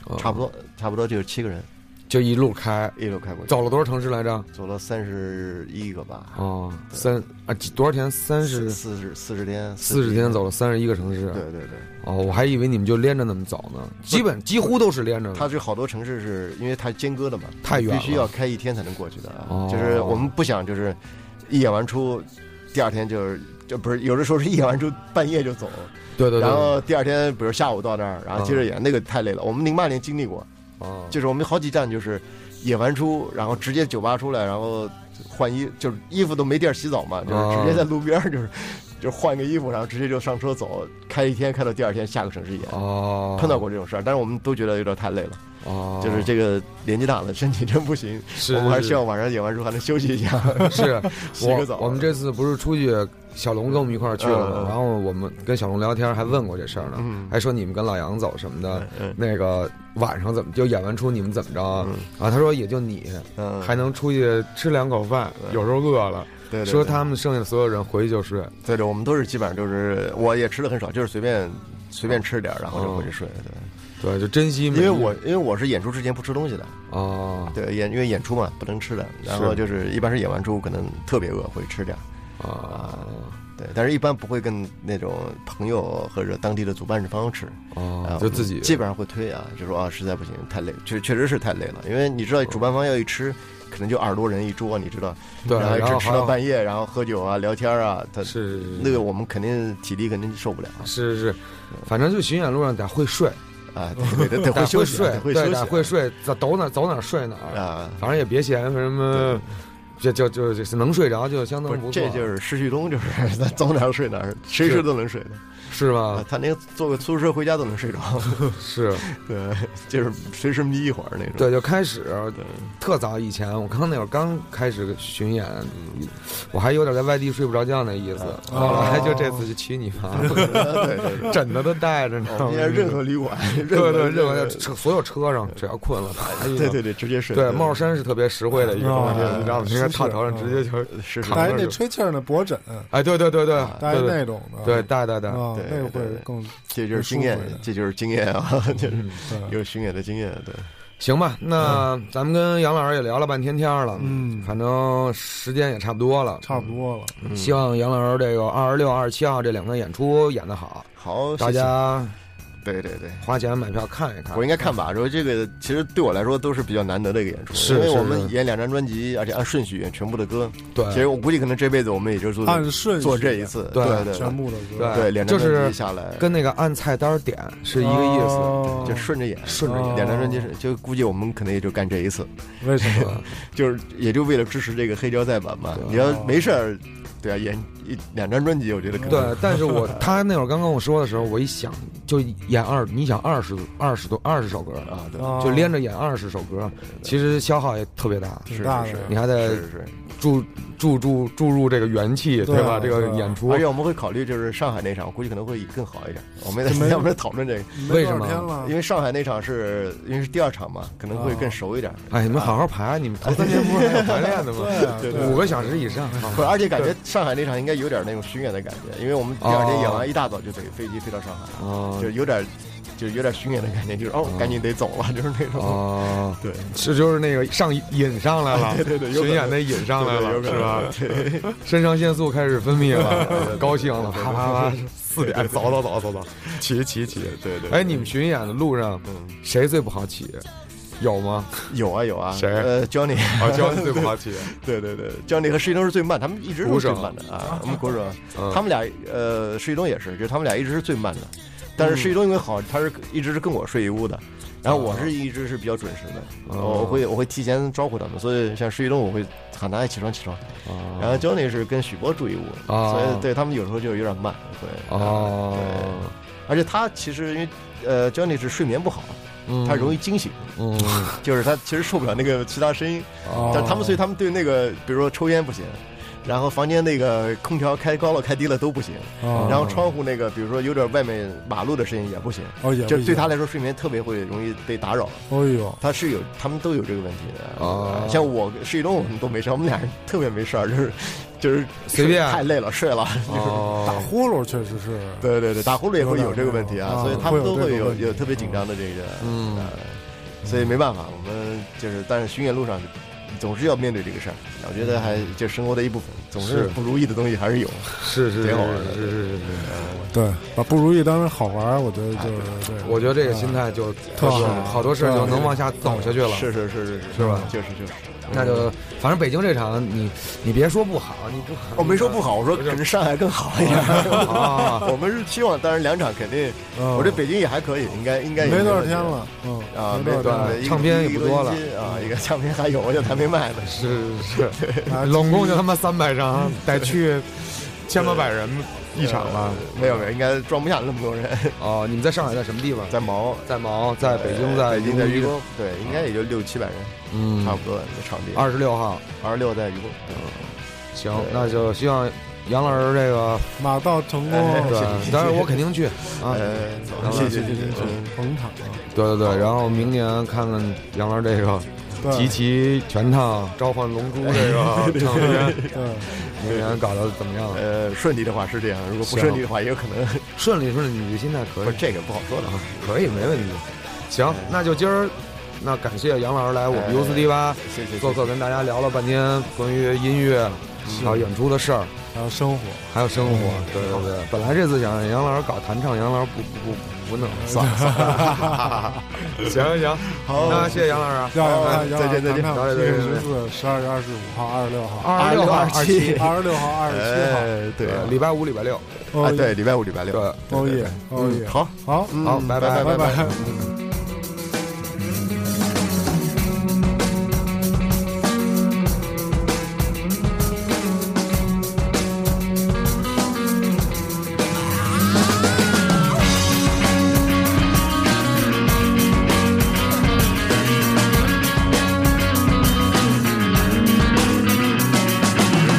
Speaker 5: 嗯
Speaker 6: 差不多，差不多就是七个人
Speaker 5: 就一路开，
Speaker 6: 一路开过去，
Speaker 5: 走了多少城市来着？
Speaker 6: 走了三十一个吧，
Speaker 5: 哦，三啊几多少天？三十
Speaker 6: 四十四十天，
Speaker 5: 四十天走了三十一个城市。
Speaker 6: 对对对，
Speaker 5: 哦，我还以为你们就连着那么走呢，基本几乎都是连着的。
Speaker 6: 它这好多城市是因为它间隔的嘛，
Speaker 5: 太远了
Speaker 6: 必须要开一天才能过去的啊。
Speaker 5: 哦
Speaker 6: 就是我们不想就是一演完出，第二天就是就不是有的时候是一演完出半夜就走，
Speaker 5: 对对对，嗯
Speaker 6: 然后第二天比如下午到那儿，然后接着演，那个太累了。我们零八年经历过，
Speaker 5: 哦
Speaker 6: 就是我们好几站就是演完出，然后直接酒吧出来，然后换衣，就是衣服都没地儿洗澡嘛，
Speaker 5: 哦
Speaker 6: 就是直接在路边儿就是。 [laughs] 就是换个衣服，然后直接就上车走，开一天开到第二天下个城市演，
Speaker 5: 哦，
Speaker 6: 碰到过这种事儿，但是我们都觉得有点太累了。
Speaker 5: 哦，
Speaker 6: 就是这个年纪大了，身体真不行， [laughs]
Speaker 5: 是
Speaker 6: 我们还是需要晚上演完之后还能休息一下，
Speaker 5: 是
Speaker 6: 洗个澡
Speaker 5: 我我们这次不是出去，小龙跟我们一块儿去了
Speaker 6: 嗯嗯
Speaker 5: 嘛，
Speaker 6: 嗯
Speaker 5: 然后我们跟小龙聊天，还问过这事儿
Speaker 6: 嗯
Speaker 5: 呢，还说你们跟老杨走什么的，
Speaker 6: 嗯
Speaker 5: 那个晚上怎么就演完出你们怎么着啊
Speaker 6: 嗯？
Speaker 5: 啊，他说也就你
Speaker 6: 嗯，
Speaker 5: 还能出去吃两口饭，有时候饿了，
Speaker 6: 对对对
Speaker 5: 说他们剩下的所有人回去就睡。
Speaker 6: [laughs] 对对，我们都是基本上就是我也吃的很少，就是随便随便吃点儿，然后就回去睡。对，
Speaker 5: 对，就珍惜每一。
Speaker 6: 因为我因为我是演出之前不吃东西的，
Speaker 5: 哦
Speaker 6: 对演因为演出嘛不能吃的，然后就是一般是演完出可能特别饿会吃点儿，
Speaker 5: 啊
Speaker 6: 对，但是一般不会跟那种朋友或者当地的主办方吃。啊
Speaker 5: 哦，，就自己
Speaker 6: 基本上会推啊，就说啊，实在不行，太累，确确实是太累了，因为你知道主办方要一吃，可能就二十多人一桌，你知道，
Speaker 5: 对
Speaker 6: 然后
Speaker 5: 然后
Speaker 6: 一直吃到
Speaker 5: 还
Speaker 6: 半夜，然后喝酒啊、聊天啊，他
Speaker 5: 是
Speaker 6: 那个我们肯定体力肯定受不了
Speaker 5: 是是，反正就巡演路上得会睡， [laughs]
Speaker 6: 啊，得得得
Speaker 5: 得
Speaker 6: 会休
Speaker 5: 会
Speaker 6: 息，啊
Speaker 5: 睡
Speaker 6: 得，会
Speaker 5: 对，
Speaker 6: 休息，
Speaker 5: 得会睡，走走哪走哪睡哪儿。
Speaker 6: 啊。
Speaker 5: 反正也别嫌什么，就就就就是能睡着就相当不
Speaker 6: 不是，
Speaker 5: 错，啊
Speaker 6: 这就是施旭东，就是 [laughs] 他走哪儿睡哪儿，谁睡都能睡的
Speaker 5: 是
Speaker 6: 啊
Speaker 5: 吧？。
Speaker 6: 他那个坐个出租车回家都能
Speaker 5: [laughs]
Speaker 6: 睡着，
Speaker 5: 是
Speaker 6: 对，就是随时眯一会儿那种。
Speaker 5: 对，就开始特早以前，我刚那会儿刚开始巡演，我还有点在外地睡不着觉那意思，后来就这次就去你妈，
Speaker 6: 啊对
Speaker 5: [laughs]
Speaker 6: 对哦对，
Speaker 5: 枕头都带着呢
Speaker 6: 我，们现在任何旅馆， [laughs] 任
Speaker 5: 对
Speaker 6: 何
Speaker 5: 对任何
Speaker 6: 任
Speaker 5: 车所有车上只要困了，啪一
Speaker 6: 对
Speaker 5: 弄
Speaker 6: 对对，直接睡。
Speaker 5: 对，帽山是特别实惠的一个东西，你知道吗？那个套头上直接就是
Speaker 6: 是
Speaker 5: 躺
Speaker 4: 带
Speaker 5: 着
Speaker 4: 那
Speaker 5: 就
Speaker 4: 吹气儿那脖枕，
Speaker 5: 哎，对对对对
Speaker 4: 带
Speaker 5: 对
Speaker 4: 那
Speaker 5: 对
Speaker 4: 种的，
Speaker 5: 对，带带带，
Speaker 4: 啊，
Speaker 6: 对
Speaker 4: 那个
Speaker 6: 对
Speaker 4: 会
Speaker 6: 对
Speaker 4: 更
Speaker 6: 这就是经验
Speaker 4: 舒服一，点
Speaker 6: 这就是经验啊，
Speaker 5: 嗯
Speaker 6: 就是
Speaker 4: 对
Speaker 6: 有巡演的经验，对。
Speaker 5: 行吧，那咱们跟杨老师也聊了半天天儿了，
Speaker 4: 嗯
Speaker 5: 反正时间也差不多了，嗯
Speaker 4: 差不多了。
Speaker 5: 希望杨老师这个二十六、二十七号这两个演出演得好，
Speaker 6: 好，
Speaker 5: 大
Speaker 6: 谢谢
Speaker 5: 家
Speaker 6: 对对对，
Speaker 5: 花钱买票看一看
Speaker 6: 我。应该看吧。说这个其实对我来说都是比较难得的一个演出，
Speaker 5: 是
Speaker 6: 因为
Speaker 5: 是
Speaker 6: 我们
Speaker 5: 是
Speaker 6: 演两张专辑，而且按顺序演全部的歌。
Speaker 5: 对，
Speaker 6: 其实我估计可能这辈子我们也就做
Speaker 4: 按顺序
Speaker 6: 做这一次，
Speaker 5: 对
Speaker 6: 对
Speaker 4: 啊全
Speaker 6: 对
Speaker 4: 部的歌
Speaker 5: 对
Speaker 6: 对，两张
Speaker 5: 就是
Speaker 6: 专辑下来
Speaker 5: 跟那个按菜单点是一个意思，
Speaker 4: 哦
Speaker 6: 就顺着演，嗯
Speaker 5: 顺着
Speaker 4: 哦
Speaker 5: 演。
Speaker 6: 两张专辑是就估计我们可能也就干这一次，
Speaker 4: 为什么？
Speaker 6: 就是也就为了支持这个黑胶再版嘛。你要没事儿，对啊，演一两张专辑，我觉得可
Speaker 5: [laughs]
Speaker 6: 能
Speaker 5: 对，但是我他那会儿刚跟我说的时候，我一想，就一演二，你想二十二十多二十首歌，
Speaker 6: 啊，对，
Speaker 4: 啊
Speaker 5: 就连着演二十首歌，其实消耗也特别大。
Speaker 4: 挺大
Speaker 6: 是
Speaker 4: 的
Speaker 6: 是。
Speaker 5: 你还得
Speaker 6: 是是。
Speaker 5: 注注注注入这个元气，
Speaker 4: 对啊
Speaker 5: 吧？这个
Speaker 4: 对啊
Speaker 5: 演出
Speaker 6: 而且我们会考虑，就是上海那场，估计可能会更好一点。我们也
Speaker 4: 这没
Speaker 6: [laughs] 在我们在讨论这个，
Speaker 4: 没
Speaker 5: 为
Speaker 4: 多
Speaker 5: 什
Speaker 4: 少
Speaker 5: 么
Speaker 4: 天了
Speaker 6: 因？为上海那场是因为是第二场嘛，可能会更熟一点。
Speaker 5: 哎，你们好好排，你们头三天不是还有排练
Speaker 6: [laughs]
Speaker 5: 的
Speaker 4: 对啊
Speaker 5: 吗？
Speaker 4: 对
Speaker 6: 啊
Speaker 5: 五个小时以上，
Speaker 6: 不是，而且感觉上海那场应该有点那种巡演的感觉，因为我们第二天演完，一大早就得飞机飞到上海，
Speaker 5: 哦
Speaker 6: 就是有点，就是有点巡演的感觉，就是哦，赶紧得走了， [laughs] 就是那种。
Speaker 5: 哦，
Speaker 6: 对，
Speaker 5: 这就是那个上瘾上来了，
Speaker 6: [laughs] 对对对有可能
Speaker 5: 巡演的瘾上来
Speaker 6: 对
Speaker 5: 了，
Speaker 6: 对
Speaker 5: 是
Speaker 6: 有可
Speaker 5: 吧
Speaker 6: 能？对，
Speaker 5: [laughs] 肾上腺素开始分泌
Speaker 6: 对
Speaker 5: 了，
Speaker 6: 对
Speaker 5: 高兴了，啪啪啪，四点走走走走走，起起起。
Speaker 6: 对对。
Speaker 5: 哎，你们巡演的路上
Speaker 6: 嗯
Speaker 5: 谁最不好起？有吗？
Speaker 6: 有啊有啊，
Speaker 5: 谁
Speaker 6: 呃，Johnny，
Speaker 5: 啊， [laughs] 焦最不好起。
Speaker 6: [laughs] 对对对，Johnny 和石一东是最慢，他们一直都是最慢的啊。我们鼓手，
Speaker 5: 嗯
Speaker 6: 他们俩呃，石一东也是，就是他们俩一直是最慢的。但是石一东因为好，他是一直是跟我睡一屋的，然后我
Speaker 5: 嗯
Speaker 6: 是一直是比较准时的，
Speaker 5: 哦
Speaker 6: 我会我会提前招呼他们，所以像石一东我会喊他哎起床起床，然
Speaker 5: 啊
Speaker 6: 后 Johnny 是跟许波住一屋，
Speaker 5: 哦
Speaker 6: 所以对他们有时候就有点慢，会啊
Speaker 5: 哦，
Speaker 6: 对而且他其实因为呃 Johnny 是睡眠不好，
Speaker 5: 嗯
Speaker 6: 他容易惊醒， [laughs]
Speaker 5: 嗯，
Speaker 6: 就是他其实受不了那个其他声音，
Speaker 5: 哦
Speaker 6: 但是他们所以他们对那个比如说抽烟不行，然后房间那个空调开高了开低了都不行，
Speaker 4: 哦
Speaker 6: 然后窗户那个比如说有点外面马路的声音也不行，
Speaker 4: 哦也不
Speaker 6: 这对
Speaker 4: 行
Speaker 6: 他来说睡眠特别会容易被打扰。
Speaker 4: 哎呦，
Speaker 6: 他是有，他们都有这个问题的。啊呃
Speaker 5: 哦
Speaker 6: 像我跟施一东，我们都没事，我们俩人特别没事儿，就是就是
Speaker 5: 随便
Speaker 6: 太累了睡了。
Speaker 4: 打
Speaker 5: 哦，
Speaker 4: 呼噜确实是。
Speaker 6: 对对对，打呼噜也会有这个问题啊，
Speaker 4: 啊
Speaker 6: 所以他们都
Speaker 4: 会有
Speaker 6: 会
Speaker 4: 这种
Speaker 6: 有
Speaker 4: 问题
Speaker 6: 有特别紧张的这个，
Speaker 5: 嗯
Speaker 6: 呃，所以没办法，我们就是但是巡演路上总是要面对这个事儿，我觉得还就是生活的一部分，总
Speaker 5: 是
Speaker 6: 是不如意的东西还是有，
Speaker 5: 是是是
Speaker 6: 挺好玩
Speaker 5: 是
Speaker 6: 的
Speaker 5: 是是是。
Speaker 4: 对，把不如意当成好玩儿，我觉得就是这个。
Speaker 5: 我觉得这个心态就
Speaker 4: 特好
Speaker 5: 是好多事儿就能往下走下去了。
Speaker 6: 是是是是是
Speaker 5: 是吧
Speaker 6: 就是就是，
Speaker 5: 那就反正北京这场，你你别说不好，你不好，
Speaker 6: 哦我没说不好，我说可能上海更好一点。 [laughs]
Speaker 5: 啊
Speaker 6: 我们是期望，当然两场肯定，
Speaker 4: 嗯
Speaker 6: 我这北京也还可以，应该应该也
Speaker 4: 没多少
Speaker 6: 问题
Speaker 4: 天了，嗯
Speaker 6: 啊，没
Speaker 4: 多少
Speaker 6: 多
Speaker 4: 天
Speaker 6: 少
Speaker 4: 了
Speaker 5: 对
Speaker 6: 天，
Speaker 5: 唱片也不多了
Speaker 6: 一个一个星期啊，一个唱片还有，我现在还没卖呢。
Speaker 5: 是是，
Speaker 4: 啊
Speaker 5: 拢共就他妈三百张，得去千八百人一场了。
Speaker 6: 没有没有，应该装不下那么多人， [laughs]
Speaker 5: 哦，你们在上海在什么地方？
Speaker 6: 在毛，
Speaker 5: 在毛，在北京，
Speaker 6: 在
Speaker 5: 在
Speaker 6: 北京在
Speaker 5: 愚
Speaker 6: 愚
Speaker 5: 公
Speaker 6: 公，对，应该也就六七百人，
Speaker 5: 嗯
Speaker 6: 差，不多那场地。
Speaker 5: 二嗯十六号。
Speaker 6: 二十六在愚公，
Speaker 5: 行
Speaker 6: 对，
Speaker 5: 那就希望杨老师这个，
Speaker 4: 马到成
Speaker 6: 哎
Speaker 4: 功，
Speaker 5: 对
Speaker 6: 谢谢谢，谢
Speaker 5: 当然我肯定去啊。
Speaker 6: 呃，
Speaker 4: 啊
Speaker 6: 谢谢
Speaker 4: 谢
Speaker 6: 谢谢。嗯
Speaker 4: 捧场啊，
Speaker 5: 对对对，然后明年看看杨老师这个
Speaker 4: 对
Speaker 5: 集齐全套《召唤龙珠》这个唱片，
Speaker 4: 对，
Speaker 5: 明年搞得怎么样？
Speaker 6: 呃，顺利的话是这样，如果不
Speaker 5: 行
Speaker 6: 顺利的话，也有可能 [laughs]
Speaker 5: 顺利顺利，你的心态可
Speaker 6: 不
Speaker 5: 以
Speaker 6: 是，这个不好说的啊。
Speaker 5: 可以，没问题。行，那就今儿，那感谢杨老师来我们
Speaker 6: 哎
Speaker 5: U 四 D 八
Speaker 6: 谢谢，
Speaker 5: 做客，跟大家聊了半天关于音乐，还有演出的事儿，
Speaker 4: 还有生活，
Speaker 5: 还有生活。对对对，本来这次想让杨老师搞弹唱，杨老师不不不不弄，算了 [laughs] 算了。行行，
Speaker 6: 好
Speaker 5: 那谢谢杨老师啊。
Speaker 4: 要要
Speaker 6: 好
Speaker 4: 要要
Speaker 6: 再见再见
Speaker 5: 好嘞
Speaker 4: 七
Speaker 5: 对
Speaker 4: 月
Speaker 5: 对对
Speaker 4: 十四、十二月二十五号、二十六号、
Speaker 5: 二十六号、二十七，
Speaker 4: 二十六号、二十七
Speaker 6: 哎，对，
Speaker 5: 礼拜五、礼拜六。
Speaker 4: 号，
Speaker 6: 啊，
Speaker 4: 哦
Speaker 6: 对，，礼拜五、礼拜六，
Speaker 5: 对
Speaker 4: 哦耶，哦耶，
Speaker 6: 好，
Speaker 4: 好，
Speaker 6: 嗯
Speaker 5: 好拜拜
Speaker 4: 拜
Speaker 6: 拜
Speaker 4: 拜。
Speaker 7: 我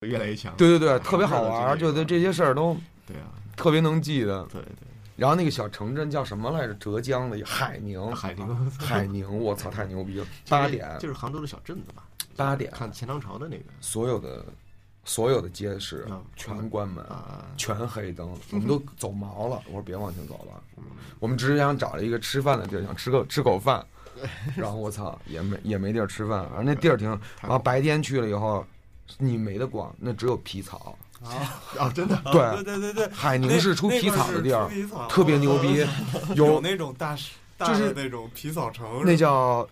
Speaker 7: 越来越强。
Speaker 5: 对对对，特别好玩儿，
Speaker 7: 这
Speaker 5: 就
Speaker 7: 个
Speaker 5: 对这些事儿都
Speaker 7: 对啊，
Speaker 5: 特别能记得。
Speaker 7: 对对，
Speaker 5: 然后那个小城镇叫什么来着？浙江的海宁，
Speaker 7: 海宁
Speaker 5: 海宁，我操，太牛逼了！八点，
Speaker 7: [laughs] 就是杭州的小镇子吧？
Speaker 5: 八点，
Speaker 7: 看钱塘潮的那个
Speaker 5: 所有的所有的街市
Speaker 7: 啊
Speaker 5: 全关门，
Speaker 7: 啊，
Speaker 5: 全黑灯，
Speaker 8: 嗯
Speaker 5: 我们都走毛了。我说别往前走了，我们只是想找一个吃饭的地儿，想吃个吃口
Speaker 8: [laughs]
Speaker 5: 饭。然后我操，也没也没地儿吃
Speaker 8: 哎
Speaker 5: 饭，反正那地儿挺。然后白天去了以后，你没得逛，那只有皮草。
Speaker 7: 啊，真的
Speaker 5: [laughs] 对
Speaker 8: 对对对对，
Speaker 5: 海宁是出皮草的地儿
Speaker 8: 那那块儿是出皮草，
Speaker 5: 特别牛逼，
Speaker 8: 有
Speaker 5: [laughs] 有
Speaker 8: 那种大石
Speaker 5: 就
Speaker 8: 大
Speaker 5: 是
Speaker 8: 的那种皮草城，
Speaker 5: 那叫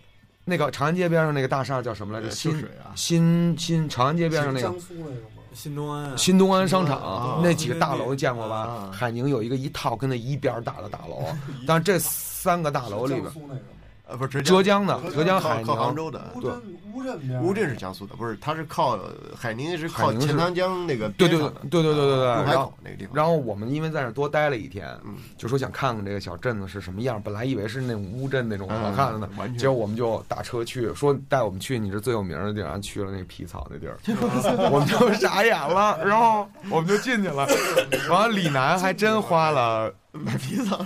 Speaker 5: 那个长安街边上那个大厦叫什么来着？
Speaker 7: 呃
Speaker 5: 新
Speaker 7: 秀水啊
Speaker 5: 新新长安街边上那个
Speaker 9: 江苏那个吗？
Speaker 8: 新东安啊，
Speaker 5: 新东安商
Speaker 7: 啊
Speaker 5: 场那几个大楼见过吧
Speaker 7: 啊？
Speaker 5: 海宁有一个一套跟那一边儿大的大
Speaker 7: [laughs]
Speaker 5: 楼，但是这三个大楼里边
Speaker 9: 江苏那个
Speaker 7: 呃，不是
Speaker 5: 浙江的浙江
Speaker 7: 靠
Speaker 5: 海
Speaker 7: 靠杭
Speaker 5: 宁，
Speaker 7: 州的
Speaker 9: 吗？乌
Speaker 5: 对
Speaker 9: 镇乌镇边儿
Speaker 7: 乌镇是江苏的，不是，它是靠海宁是
Speaker 5: 海
Speaker 7: 靠
Speaker 5: 宁是
Speaker 7: 钱塘江那个
Speaker 5: 对
Speaker 7: 边
Speaker 5: 对对
Speaker 7: 上的
Speaker 5: 对对对对对。
Speaker 7: 入啊海
Speaker 5: 然后
Speaker 7: 口那个地方，
Speaker 5: 然后我们因为在那儿多待了一天
Speaker 7: 嗯，
Speaker 5: 就说想看看这个小镇子是什么样。本来以为是那种乌镇那种好看的呢
Speaker 7: 嗯，完全
Speaker 5: 结果我们就打车去，说带我们去你这最有名的地儿，然后去了那皮草那
Speaker 7: [laughs]
Speaker 5: 地儿，我们就傻眼了，然后我们就进去
Speaker 7: [laughs]
Speaker 5: 了。完了，李楠还真花了
Speaker 7: 买皮草，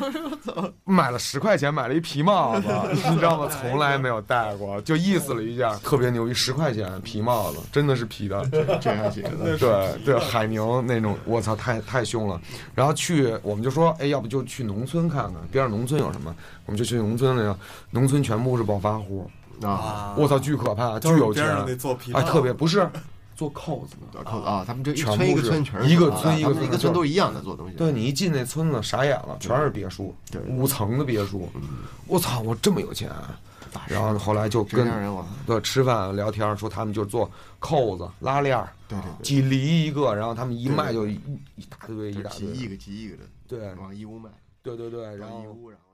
Speaker 5: 买了十块钱买了一皮帽
Speaker 8: [laughs]
Speaker 5: 子，你知道吗？从来没有戴过，就意思了一下，特别牛逼，十块钱皮帽子，真的是皮的。
Speaker 7: 这还行，
Speaker 5: 对对，海宁那种，我操，太太凶了。然后去，我们就说，哎，要不就去农村看看，边上农村有什么？我们就去农村那个，农村全部是暴发户，
Speaker 7: 啊，
Speaker 5: 我操，巨可怕，巨
Speaker 8: 就是
Speaker 5: 有
Speaker 8: 边
Speaker 5: 钱，
Speaker 8: 上那做皮
Speaker 5: 哎，
Speaker 8: 套
Speaker 5: 特别不
Speaker 8: [laughs]
Speaker 5: 是做扣子的，
Speaker 7: 扣子啊，他们这一
Speaker 5: 全
Speaker 7: 村一
Speaker 5: 部
Speaker 7: 个
Speaker 5: 是
Speaker 7: 村全
Speaker 5: 一个
Speaker 7: 啊
Speaker 5: 村一个
Speaker 7: 他们一
Speaker 5: 村
Speaker 7: 个村都一样的做东西，
Speaker 5: 对你一进那村子傻眼了，全是别墅，
Speaker 7: 对嗯
Speaker 5: 五层的别墅，我操，我这么有钱啊，然后后来就
Speaker 7: 浙
Speaker 5: 跟
Speaker 7: 江人我
Speaker 5: 对，吃饭聊天儿说他们就是做扣子、拉链儿，
Speaker 7: 对对
Speaker 5: 几厘一个，然后他们一卖就一一大堆
Speaker 7: 对，
Speaker 5: 一
Speaker 7: 就
Speaker 5: 大
Speaker 7: 是几
Speaker 5: 堆，
Speaker 7: 亿个几亿个的
Speaker 5: 对
Speaker 7: 往义乌卖，
Speaker 5: 对对对，然
Speaker 7: 往义
Speaker 5: 后
Speaker 7: 乌然后。